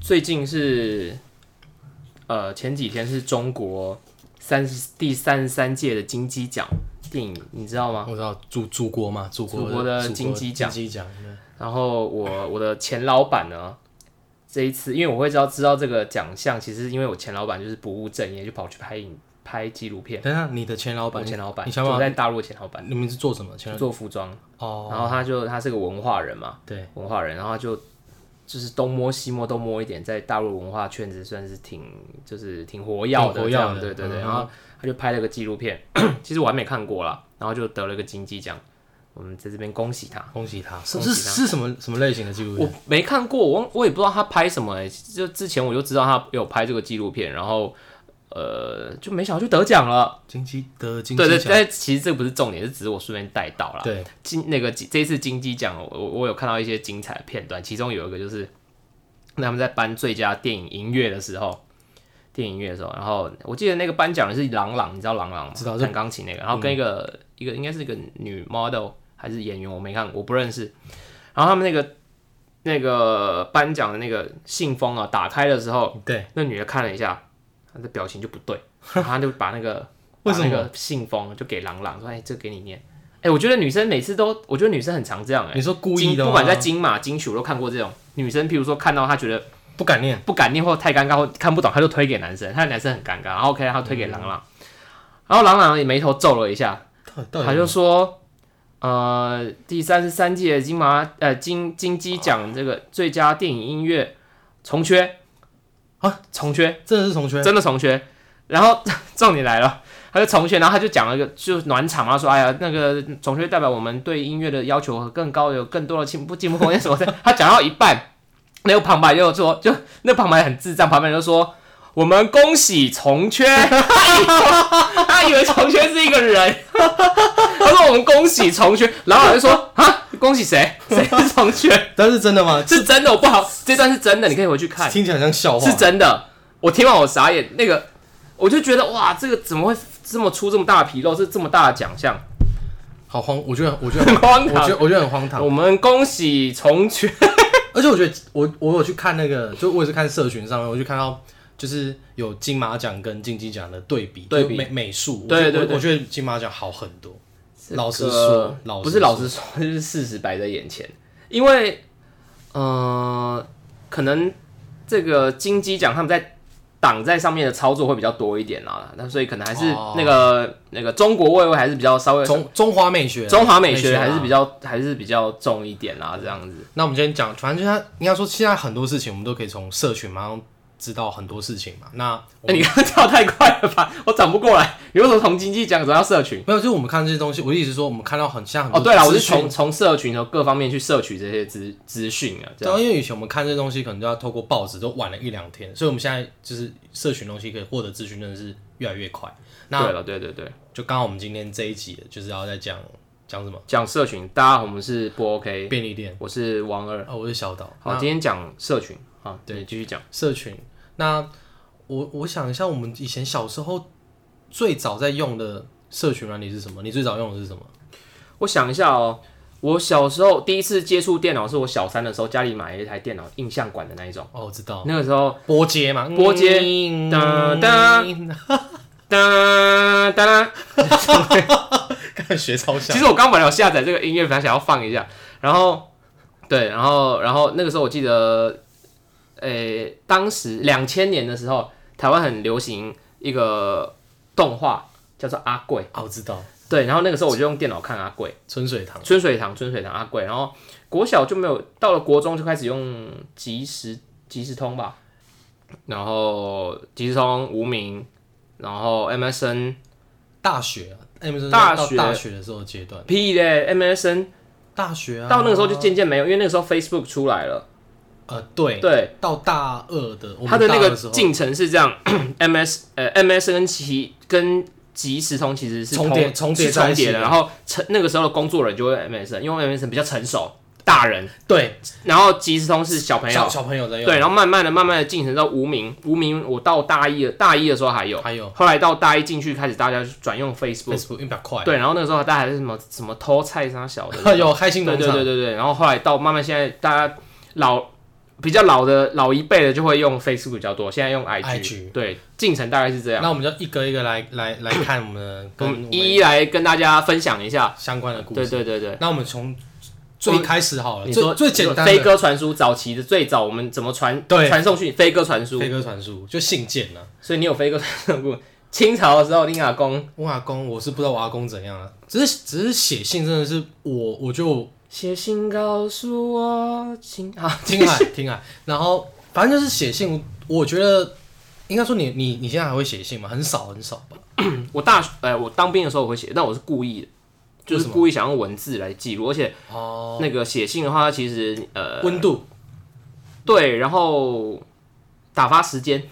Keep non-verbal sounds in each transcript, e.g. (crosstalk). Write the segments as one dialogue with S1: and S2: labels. S1: 最近是呃前几天是中国三十第三十三届的金鸡奖电影，你知道吗？
S2: 我知道祖祖国嘛，祖国
S1: 祖国的金鸡奖
S2: 金鸡奖，对
S1: 然后我我的前老板呢，这一次因为我会知道知道这个奖项，其实因为我前老板就是不务正业，就跑去拍影拍纪录片。
S2: 等一下，你的前老板
S1: 我，哦前老板，哦
S2: 你想
S1: 我
S2: 法，
S1: 在大陆的前老板
S2: 你们是做什么？前老
S1: 做服装，
S2: 哦，
S1: 然后他就他是个文化人嘛，
S2: 对，
S1: 文化人，然后他就就是东摸西摸东摸一点，在大陆文化圈子算是挺就是挺活跃
S2: 挺
S1: 的
S2: 活
S1: 这
S2: 跃的
S1: 样，对对对。
S2: 嗯
S1: 然后他就拍了个纪录片， (coughs) 其实我还没看过啦，然后就得了个金鸡奖，我们在这边恭喜他。
S2: 恭喜他，是
S1: 恭喜
S2: 是
S1: 他
S2: 是什么什么类型的纪录
S1: 我
S2: 片？
S1: 没看过，我忘我也不知道他拍什么、欸，就之前我就知道他有拍这个纪录片，然后呃就没想到就得奖了。
S2: 金鸡的金
S1: 对
S2: 鸡
S1: 对，
S2: 奖，
S1: 但其实这不是重点，是只是我顺便带到啦。
S2: 对，
S1: 金那个金这一次金鸡奖，我我有看到一些精彩的片段，其中有一个就是他们在颁最佳电影音乐的时候，电影音乐的时候，然后我记得那个颁奖的是郎朗，你知道郎朗吗？
S2: 知道这
S1: 弹钢琴那个，然后跟一个、一个应该是一个女 model 还是演员，我没看，我不认识。然后他们那个那个颁奖的那个信封啊，打开的时候，
S2: 对，
S1: 那女的看了一下，她的表情就不对，然后她就把那个
S2: 为什么
S1: 把那个信封就给朗朗说：“哎，这给你念。”哎，我觉得女生每次都，我觉得女生很常这样哎、
S2: 你说故意
S1: 金
S2: 的吗？
S1: 不管在金马、金曲，我都看过这种女生，譬如说看到她觉得
S2: 不敢念，
S1: 不敢念或太尴尬或看不懂，她就推给男生，她的男生很尴尬，然
S2: 嗯
S1: 后 OK，她推给朗朗，然后朗朗也眉头皱了一下，
S2: 到底到底
S1: 他就说，呃，第三十三届金马呃金金鸡奖这个最佳电影音乐重缺
S2: 啊，
S1: 重缺，
S2: 真的是同学，
S1: 真的重缺。然后 (laughs) 重点来了，他就重缺，然后他就讲了一个就暖场嘛，说哎呀，那个重缺代表我们对音乐的要求更高，有更多的进步进步空间什么的。 (laughs) 他讲到一半，那个旁白就说，就那旁白很智障，旁白人就说。我们恭喜重缺， (laughs) 他以为重缺是一个人， (laughs) 他说我们恭喜重缺，然后我就说啊，恭喜谁？谁是重缺？
S2: 但是真的吗？
S1: 是真的，我不好，这段是真的，你可以回去看。
S2: 听起来像笑话，
S1: 是真的。我听完我傻眼，那个我就觉得哇，这个怎么会这么出这么大的纰漏？这这么大的奖项，
S2: 好荒，我觉得我觉得
S1: (laughs) 很荒
S2: 我觉
S1: 唐。
S2: 得我觉得很荒唐
S1: 我，们恭喜重缺，
S2: 而且我觉得我我有去看那个，就我也是看社群上面，我就看到就是有金马奖跟金鸡奖的对比，
S1: 对比
S2: 就美美术，我
S1: 对
S2: 觉得
S1: 对
S2: 我
S1: 对
S2: 我觉得金马奖好很多。老实
S1: 这个
S2: 说，老实
S1: 呃不是老实
S2: 说
S1: 说，就是事实摆在眼前。因为，呃，可能这个金鸡奖他们在挡在上面的操作会比较多一点啦，那所以可能还是
S2: 哦
S1: 那个、那个中国味味还是比较稍微
S2: 中中华美学，
S1: 中华美学还是
S2: 啊
S1: 比较还是比较重一点啦，这样子。
S2: 那我们今天讲，反正就是他应该说，现在很多事情我们都可以从社群马上知道很多事情嘛。那我
S1: 哎、
S2: 们、
S1: (laughs) 你刚刚跳太快了吧？我转不过来。你为什么从经济讲转到社群？
S2: 没有，就是我们看这些东西，我的意思是说，我们看到很像很
S1: 哦，
S2: 多
S1: 对了，我是
S2: 资讯
S1: 从从社群和各方面去摄取这些资资讯啊，这
S2: 对
S1: 样
S2: 啊，因为以前我们看这些东西，可能都要透过报纸，都晚了一两天，所以我们现在就是社群东西可以获得资讯真的是越来越快。那
S1: 对了，对对对，
S2: 就刚好我们今天这一集就是要在讲讲什么
S1: 讲社群，大家好，我们是不 OK，
S2: 便利店
S1: 我是王二。
S2: 哦，我是小岛。
S1: 好，今天讲社群啊，
S2: 对
S1: 你继续讲。
S2: 社群。那我我想一下，我们以前小时候最早在用的社群软体是什么？你最早用的是什么？
S1: 我想一下哦，我小时候第一次接触电脑是我小三的时候，家里买了一台电脑，印象馆的那一种。
S2: 哦，我知道，
S1: 那个时候，
S2: 波街嘛，
S1: 波街
S2: 嗯
S1: 哒
S2: (laughs)
S1: 哒，哒哒啦，
S2: 看学超
S1: (laughs)
S2: 像
S1: 其。实我刚本来有下载这个音乐，本来想要放一下，然后对，然后然后那个时候我记得，诶、当时两千年的时候，台湾很流行一个动画叫做阿贵，
S2: 哦，我知道，
S1: 对，然后那个时候我就用电脑看阿贵，
S2: 春水堂
S1: 春水堂，春水堂阿贵，然后国小就没有，到了国中就开始用即时即时通吧，然后即时通无名，然后 MSN
S2: 大学啊，哎，不是
S1: 大
S2: 到
S1: 学
S2: 大学的时候阶段，
S1: 屁嘞 MSN，
S2: 大学啊，
S1: 到那个时候就渐渐没有，因为那个时候 Facebook 出来了。
S2: 呃，对，
S1: 对，
S2: 到大二的，我们
S1: 它的
S2: 大
S1: 那
S2: 二
S1: 个
S2: 时候
S1: 进程是这样 (clears throat) ，MS 呃 MS 跟其跟即时通其实是
S2: 重
S1: 同
S2: 叠重叠
S1: 是
S2: 在一
S1: 重
S2: 起
S1: 叠
S2: 的
S1: 的，然后成那个时候的工作人就会 MS，因为 MS 比较成熟大人，
S2: 对
S1: 然后即时通是小朋
S2: 小
S1: 友，
S2: 小朋友在用，
S1: 对，然后慢慢的慢慢的进程到无名，无名我到大一的大一的时候还有，
S2: 还有
S1: 后来到大一进去开始大家转用 Facebook，
S2: Facebook 用比较快，
S1: 对，然后那个时候大家还是什么什么偷菜啥小的，
S2: (laughs) 有开心啊
S1: 对
S2: 农
S1: 对对
S2: 场，
S1: 对对，然后后来到慢慢现在大家老比较老的老一辈的就会用 Facebook 比较多，现在用 IG,
S2: IG
S1: 对，进程大概是这样。
S2: 那我们就一个一个来来来看我们的
S1: 我
S2: 跟我
S1: 们
S2: 们
S1: 一一来跟大家分享一下。
S2: 相关的故
S1: 对
S2: 事。
S1: 对对对，
S2: 那我们从最开始好了，
S1: 你说
S2: 最最简单
S1: 飞
S2: 的
S1: 鸽传书早期的最早我们怎么传
S2: 对
S1: 传送讯飞鸽传书
S2: 飞，鸽传书，就信件啊呢。
S1: 所以你有飞鸽传书 (laughs) 过？清朝的时候，你阿公
S2: 我阿公我是不知道我阿公怎样啊，只是只是写信真的是我，我就
S1: 写信告诉我，亲啊，(laughs)
S2: 听海听海，然后反正就是写信，我觉得应该说你你你现在还会写信吗？很少很少吧。
S1: 我大呃我当兵的时候我会写，但我是故意的，就
S2: 为
S1: 是
S2: 什么
S1: 故意想用文字来记录，而且
S2: 哦，
S1: 那个写信的话，它其实呃
S2: 温度
S1: 对，然后打发时
S2: (laughs)
S1: 间，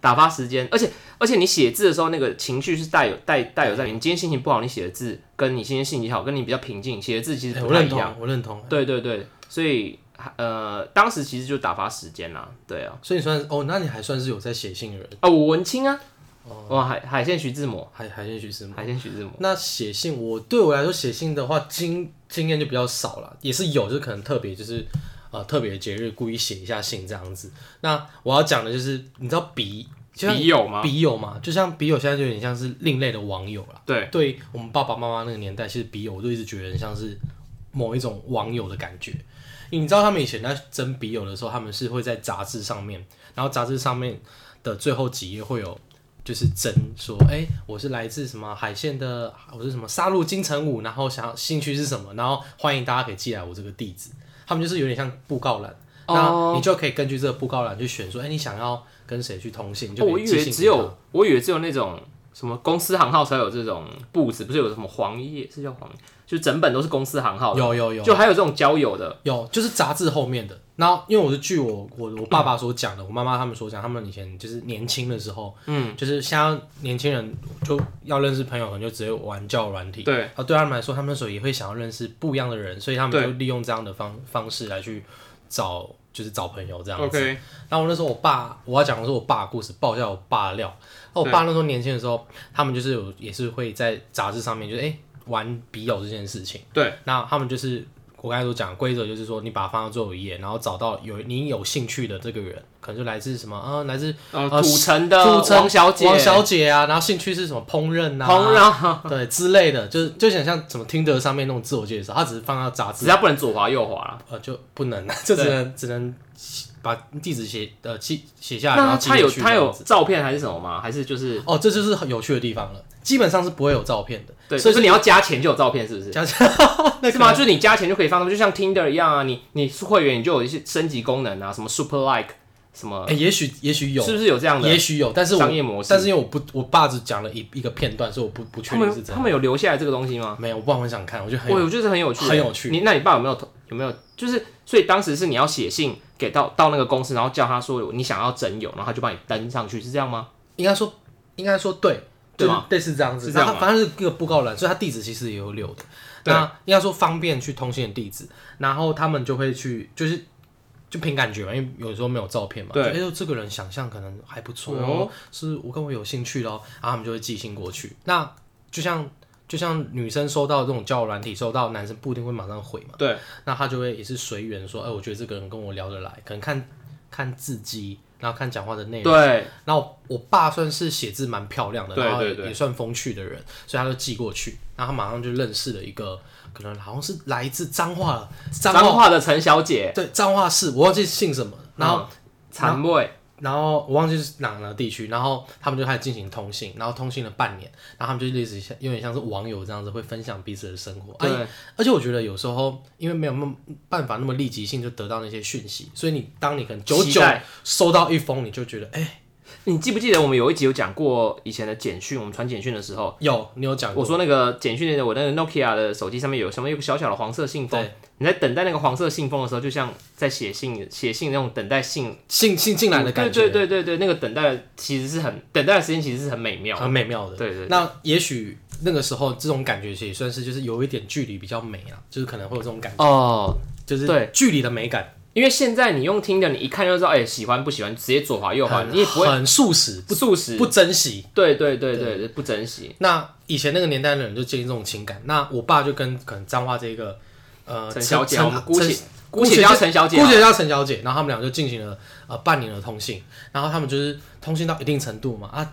S1: 打发时间，而且而且你写字的时候，那个情绪是带有带带有在里面。你今天心情不好，你写的字跟你今天心情好，跟你比较平静写的字其实
S2: 哎
S1: 不
S2: 我
S1: 呃太
S2: 认
S1: 一样。
S2: 同，我认同。
S1: 对对对，所以呃，当时其实就打发时间啦。对啊，
S2: 所以你算哦，那你还算是有在写信的人，
S1: 啊、我文青啊，
S2: 哦
S1: 哇，海海鲜徐志摩，
S2: 还还也许是吗？
S1: 海鲜徐志摩。
S2: 那写信，我对我来说写信的话，经经验就比较少了，也是有，就是可能特别就是呃特别的节日故意写一下信这样子。那我要讲的就是，你知道笔就像
S1: 笔友吗？
S2: 笔友嘛，就像笔友现在就有点像是另类的网友啦。
S1: 对，
S2: 对我们爸爸妈妈那个年代，其实笔友我就一直觉得很像是某一种网友的感觉。你知道他们以前在争笔友的时候，他们是会在杂志上面，然后杂志上面的最后几页会有就是争说，哎、我是来自什么海线的，我是什么杀戮金城武，然后想要兴趣是什么，然后欢迎大家可以寄来我这个地址。他们就是有点像布告栏，
S1: 哦
S2: 那你就可以根据这个布告栏去选说，哎、你想要跟谁去通信，你就
S1: 哦我
S2: 可
S1: 以
S2: 寄
S1: 为
S2: 信
S1: 只
S2: 给他
S1: 有我以为只有那种什么公司行号才有这种簿子，不是有什么黄页是叫黄页，就整本都是公司行号的。
S2: 有有有
S1: 就还有这种交友的，
S2: 有，就是杂志后面的。然后，因为我是据我我我爸爸所讲的，我妈妈他们所讲，他们以前就是年轻的时候，嗯，就是像年轻人就要认识朋友，可能就直接玩交友软体。
S1: 对，
S2: 啊，对他们来说，他们那时候也会想要认识不一样的人，所以他们就利用这样的方方式来去找，就是找朋友这样子。
S1: OK，
S2: 然后我那时候我爸，我要讲的是我爸的故事，爆一下我爸的料。那我爸那时候年轻的时候，他们就是有也是会在杂志上面，就是哎、玩笔友这件事情。
S1: 对，
S2: 那他们就是我刚才所讲的规则，就是说你把它放到最后一页，然后找到有你有兴趣的这个人，可能就来自什么啊、来自
S1: 呃，
S2: 呃
S1: 土城的
S2: 土城
S1: 王小姐，
S2: 王小姐啊，然后兴趣是什么烹饪啊，
S1: 红 (laughs) 然
S2: 对之类的，就是就想像什么听得上面那种自我介绍，他只是放到杂志
S1: 只要不能左滑右滑啦。
S2: 呃，就不能 (laughs) 了，就只能只能把地址写呃记写下来，然
S1: 那
S2: 后寄
S1: 他有
S2: 回去
S1: 他
S2: 这
S1: 有
S2: 样子
S1: 照片还是什么吗？还是就是
S2: 哦，这就是很有趣的地方了。基本上是不会有照片的，
S1: 对，
S2: 所
S1: 所
S2: 以
S1: 以你要加钱就有照片，是不是？
S2: 加上那
S1: 是
S2: 个
S1: 吗？就是你加钱就可以放上去，就像 Tinder 一样啊，你你是会员你就有一些升级功能啊，什么 Super Like 什么
S2: 哎、，也许也许有，
S1: 是不是有这样的
S2: 也许有，但是我
S1: 商业模式？
S2: 但是因为我不我爸只讲了一一个片段，所以我不不确
S1: 他
S2: 定是
S1: 们
S2: 怎
S1: 他
S2: 样。
S1: 们有留下来这个东西吗？
S2: 没有，我爸很想看，我觉得很
S1: 我
S2: 有
S1: 我觉得很有趣，欸
S2: 很有趣
S1: 你那你爸有没有投有没有？就是所以当时是你要写信给到到那个公司，然后叫他说你想要征友，然后他就帮你登上去，是这样吗？
S2: 应该说应该说对，
S1: 对
S2: 就是
S1: 吗
S2: 类似这样子。
S1: 是这样
S2: 然
S1: 吗
S2: 后它反正是一个布告栏，所以他地址其实也有留的。
S1: 对
S2: 那应该说方便去通信的地址，然后他们就会去就是。就凭感觉嘛，因为有时候没有照片嘛，
S1: 对
S2: 就哎呦，这个人想象可能还不错哦，是我跟我有兴趣咯，然后他们就会寄信过去。那就像就像女生收到这种交友软体，收到男生不一定会马上回嘛。
S1: 对，
S2: 那他就会也是随缘说，哎、我觉得这个人跟我聊得来，可能看看字迹，然后看讲话的内容。
S1: 对，
S2: 然后我爸算是写字蛮漂亮的，
S1: 对
S2: 然后
S1: 对对
S2: 也算风趣的人，所以他就寄过去，然后他马上就认识了一个，可能好像是来自彰化了，彰
S1: 脏
S2: 化
S1: 话的陈小姐，嗯
S2: 对彰化市，我忘记姓什么了，然后、哎
S1: 残卫，
S2: 然后我忘记是哪个地区，然后他们就开始进行通信，然后通信了半年，然后他们就类似像有点像是网友这样子会分享彼此的生活，啊
S1: 对
S2: 而且我觉得有时候因为没有那么办法那么立即性就得到那些讯息，所以你当你可能久
S1: 期
S2: 久
S1: 待
S2: 收到一封，你就觉得哎、
S1: 你记不记得我们有一集有讲过以前的简讯？我们传简讯的时候，
S2: 有你有讲过，
S1: 我说那个简讯的我那个 Nokia 的手机上面有什么有个小小的黄色信封
S2: 对，
S1: 你在等待那个黄色信封的时候，就像在写信写信那种等待信
S2: 信信进来的感觉，
S1: 对对对对对，那个等待的其实是很等待的时间其实是很美妙的，
S2: 很美妙的。
S1: 对对对
S2: 那也许那个时候这种感觉也算是就是有一点距离比较美啊，就是可能会有这种感觉，
S1: 哦，
S2: 就是
S1: 对
S2: 距离的美感，
S1: 因为现在你用听的，你一看就知道，哎、喜欢不喜欢，直接左滑右滑，
S2: 很
S1: 啊你也不会
S2: 很速食，
S1: 不素食，
S2: 不珍惜。
S1: 对对对对对，不珍惜。
S2: 那以前那个年代的人就建立这种情感。那我爸就跟可能彰化这个呃
S1: 陈小姐我们姑且姑且叫陈小姐啊
S2: 姑且叫陈小姐，然后他们俩就进行了呃半年的通信，然后他们就是通信到一定程度嘛啊，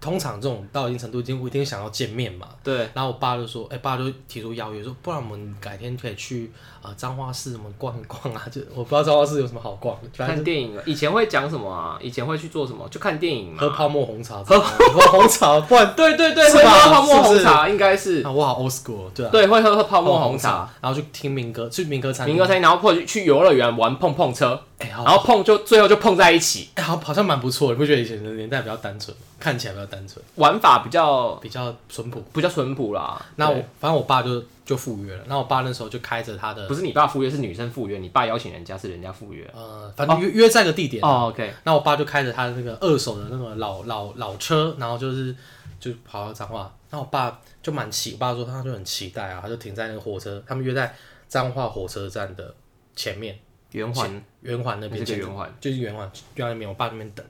S2: 通常这种到一定程度一定一定想要见面嘛，
S1: 对，
S2: 然后我爸就说，哎、爸就提出邀约说，不然我们改天可以去呃彰化市我们逛一逛啊，就我不知道彰化市有什么好逛的，反正
S1: 看电影了。以前会讲什么啊？以前会去做什么？就看电影嘛。
S2: 喝泡沫红茶之类的，喝红茶，不
S1: (laughs)
S2: 然
S1: 对对对，
S2: 是
S1: 会
S2: 吧
S1: 喝泡沫
S2: 是不
S1: 红
S2: 是
S1: 茶，应该是
S2: 啊我好 old school，对啊，
S1: 对，会喝喝泡沫红茶。，
S2: 然后去听民歌，去民歌餐厅，
S1: 民歌餐厅，然后或者去游乐园玩碰碰车，
S2: 哎、好
S1: 然后碰就最后就碰在一起，
S2: 哎、好，好像蛮不错的，你不觉得以前的年代比较单纯吗，看起来比较单纯，
S1: 玩法比较
S2: 比较淳朴。
S1: 比较淳朴啦。
S2: 那我
S1: 对
S2: 反正我爸就就赴约了，那我爸那时候就开着他的
S1: 不是你爸赴约，是女生赴约，你爸邀请人家是人家赴约。
S2: 呃，反正约、约在个地点，
S1: 哦，OK，
S2: 那我爸就开着他的那个二手的那个老老老车，然后就是就跑到彰化，那我爸就蛮期，我爸说他就很期待啊，他就停在那个火车，他们约在彰化火车站的前面。
S1: 圆环
S2: 圆环那边
S1: 那是
S2: 前
S1: 个
S2: 面，
S1: 圆环
S2: 就是圆环，就在那边我爸那边等。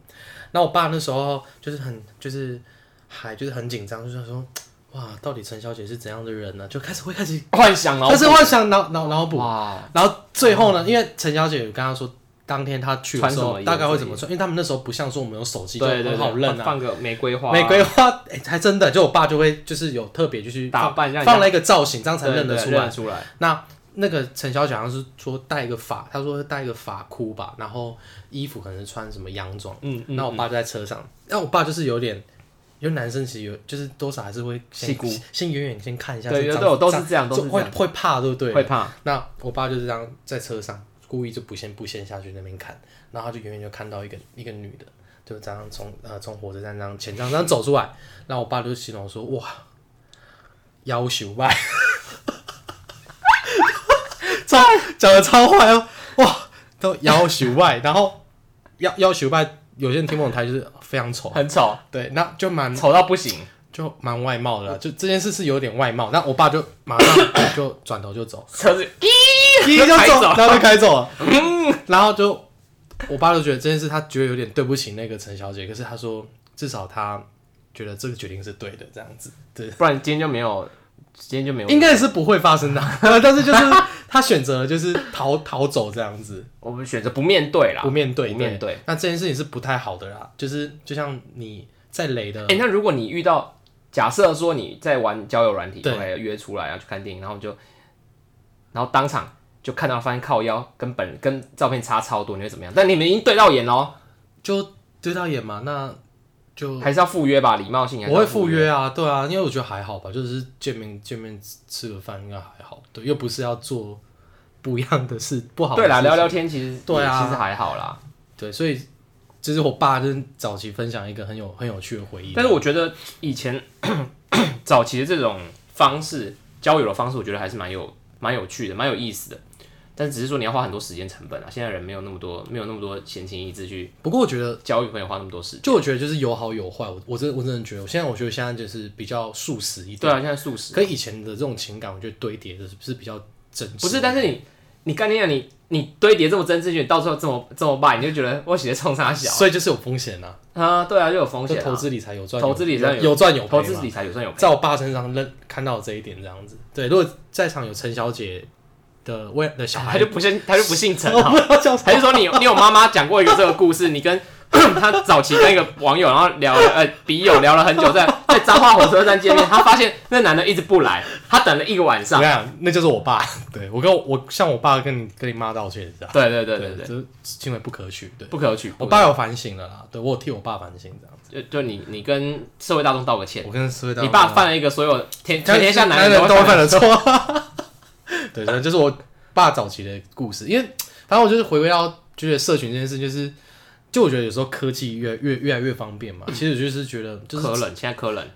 S2: 那我爸那时候就是很就是还就是很紧张，就想说哇，到底陈小姐是怎样的人呢、就开始会开始，
S1: 幻想哦，
S2: 但是幻想脑脑脑补。
S1: 哇，
S2: 然后最后呢，因为陈小姐有跟他说，当天她去的
S1: 穿
S2: 时
S1: 什
S2: 候
S1: 么
S2: 大概会怎么穿，因为他们那时候不像说我们有手机
S1: 对
S2: 就
S1: 对
S2: 很
S1: 对，
S2: 好认啊。
S1: 放个玫瑰花，
S2: 玫瑰花，哎、还真的，就我爸就会就是有特别就去
S1: 打
S2: 放
S1: 扮让人家
S2: 放了一个造型，这样才
S1: 对
S2: 认得
S1: 对
S2: 出来
S1: 认。出来。
S2: 那那个陈小姐好像是说戴一个发，她说戴一个发箍吧，然后衣服可能是穿什么洋装。
S1: 嗯嗯
S2: 那我爸就在车上，那我爸就是有点，因为男生其实有就是多少还是会
S1: 细
S2: 先
S1: 估
S2: 先远远先看一下
S1: 对
S2: 是长，
S1: 对对我都是
S2: 长
S1: 这样都是
S2: 就
S1: 这
S2: 会
S1: 样
S2: 会怕，对不对？
S1: 会怕，
S2: 那我爸就是这样在车上故意就不先不先下去那边看，然后他就远远就看到一个一个女的，就这样从呃从火车站这样前这样这样走出来，然后我爸就形容说哇，要求吧，超讲的超坏哦，哇，都要求外，然后要要求外，有些人听不懂台语就是非常丑，
S1: 很丑，
S2: 对，那就蛮
S1: 嗯丑到不行。
S2: 就蛮外貌的啦，就这件事是有点外貌，那我爸就马上就转头就走。
S1: 车子 (laughs)
S2: 一
S1: 咦
S2: 就
S1: 开
S2: 走，
S1: 走，嗯
S2: 然后就开走
S1: (laughs)
S2: 了。然后就我爸就觉得这件事，他觉得有点对不起那个陈小姐，可是他说至少他觉得这个决定是对的，这样子。对，
S1: 不然今天就没有，今天就没有。
S2: 应该也是不会发生的， (laughs) 但是就是
S1: (laughs)
S2: 他选择了就是逃逃走这样子，
S1: 我们选择不面对啦
S2: 不。面对，
S1: 不面对。
S2: 那这件事情是不太好的啦，就是就像你在雷的
S1: 哎、，那如果你遇到，假设说你在玩交友软体，
S2: 对
S1: 对，约出来要去看电影，然后就，然后当场就看到发现靠腰跟本跟照片差超多，你会怎么样？但你们已经对到眼哦喽，
S2: 就对到眼嘛，那就
S1: 还是要赴约吧，礼貌性还是
S2: 嗯我
S1: 要
S2: 会赴约啊，对啊，因为我觉得还好吧，就是见面见面吃吃个饭应该还好，对，又不是要做不一样的事，不好的
S1: 对啦，
S2: 事情
S1: 聊聊天其实
S2: 对啊
S1: 其实还好啦。
S2: 对，所以这是我爸就是早期分享一个很有很有趣的回忆，
S1: 但是我觉得以前 (coughs) 早期的这种方式交友的方式，我觉得还是蛮有蛮有趣的，蛮有意思的。但只是说你要花很多时间成本啊，现在人没有那么多没有那么多闲情逸致去呃
S2: 不过我觉得。
S1: 交朋友，花那么多时间。
S2: 就我觉得就是有好有坏，我我真的我真的觉得，我现在我觉得现在就是比较素食一
S1: 对
S2: 点，
S1: 啊，现在素食
S2: 跟以前的这种情感，我觉得堆叠的是是比较真实。
S1: 不是，但是你你干练啊，你你堆叠这么真挚，你到时候这么这么卖，你就觉得我写的冲啥小
S2: 所以就是有风险啊，
S1: 啊？对啊，就有风险、
S2: 就
S1: 啊。
S2: 投资理财有赚有，
S1: 投资理财
S2: 有有赚有赔
S1: 投
S2: 嘛
S1: 资理财有赚有赔，
S2: 在我爸身上认看到这一点，这样子。对，如果在场有陈小姐的未的小
S1: 他
S2: 孩，
S1: 就不
S2: (laughs)
S1: 姓他就不姓陈
S2: 我
S1: 啊
S2: 不。知道叫什
S1: 还是说你你有妈妈讲过一个这个故事，你跟 (clears throat) 他早期跟一个网友，然后聊了呃笔友聊了很久，在在彰化火车站见面，他发现那男的一直不来，他等了一个晚
S2: 么，我
S1: 上
S2: 跟。你讲，那就是我爸。对我跟我我向我爸跟你跟你妈道歉，这样。
S1: 对对对对对，
S2: 这行为不可取。对，
S1: 不可取。
S2: 啊我爸有反省了啦，对我有替我爸反省这样子。
S1: 就就你你跟社会大众道个歉，
S2: 我跟思维
S1: 哎你爸犯了一个所有天全天下男
S2: 男
S1: 人
S2: 都
S1: 会犯
S2: 会犯
S1: 的
S2: 的错。 (laughs) 对，这就是我爸早期的故事。因为反正我就是回归到就是社群这件事，就是就我觉得有时候科技越越越来越方便嘛，其实我就是觉得就
S1: 嗯
S2: 是
S1: 科冷，现在科冷。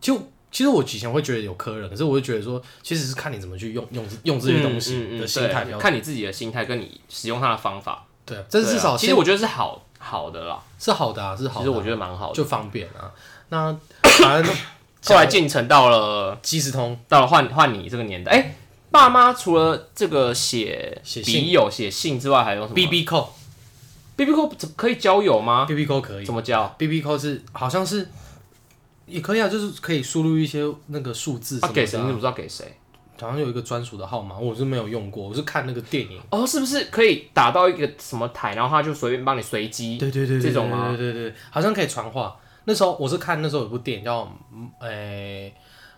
S2: 就其实我以前会觉得有科人，可是我就觉得说，其实是看你怎么去用用用这些东西的心态
S1: 嗯
S2: 比
S1: 对啊
S2: 较、
S1: 看你自己的心态跟你使用它的方法，
S2: 对啊，这
S1: 对啊
S2: 至少
S1: 其
S2: 先
S1: 实我觉得是好好的啦，
S2: 是好的啊，是好
S1: 其
S2: 的啊、
S1: 实我觉得蛮好的。
S2: 就方便啊。
S1: (coughs)
S2: 那反正
S1: 后来进程到了
S2: 即时通
S1: 到了换换你这个年代，哎、爸妈除了这个写
S2: 写信
S1: 笔友写信之外，还有什么
S2: B B 扣
S1: B B 扣可以交友吗？
S2: 啊 B B 扣可以
S1: 怎么交？
S2: ，B B 扣是好像是也可以啊，就是可以输入一些那个数字什
S1: 他、
S2: 么
S1: 给谁？你
S2: 的
S1: 怎
S2: 啊、
S1: 么知道给谁？
S2: 好像有一个专属的号码，我是没有用过，我是看那个电影。
S1: 哦，是不是可以打到一个什么台，然后他就随便帮你随机？
S2: 对对对，
S1: 这
S2: 对
S1: 种吗
S2: 对对对，对好像可以传话。那时候我是看那时候有部电影叫嗯诶，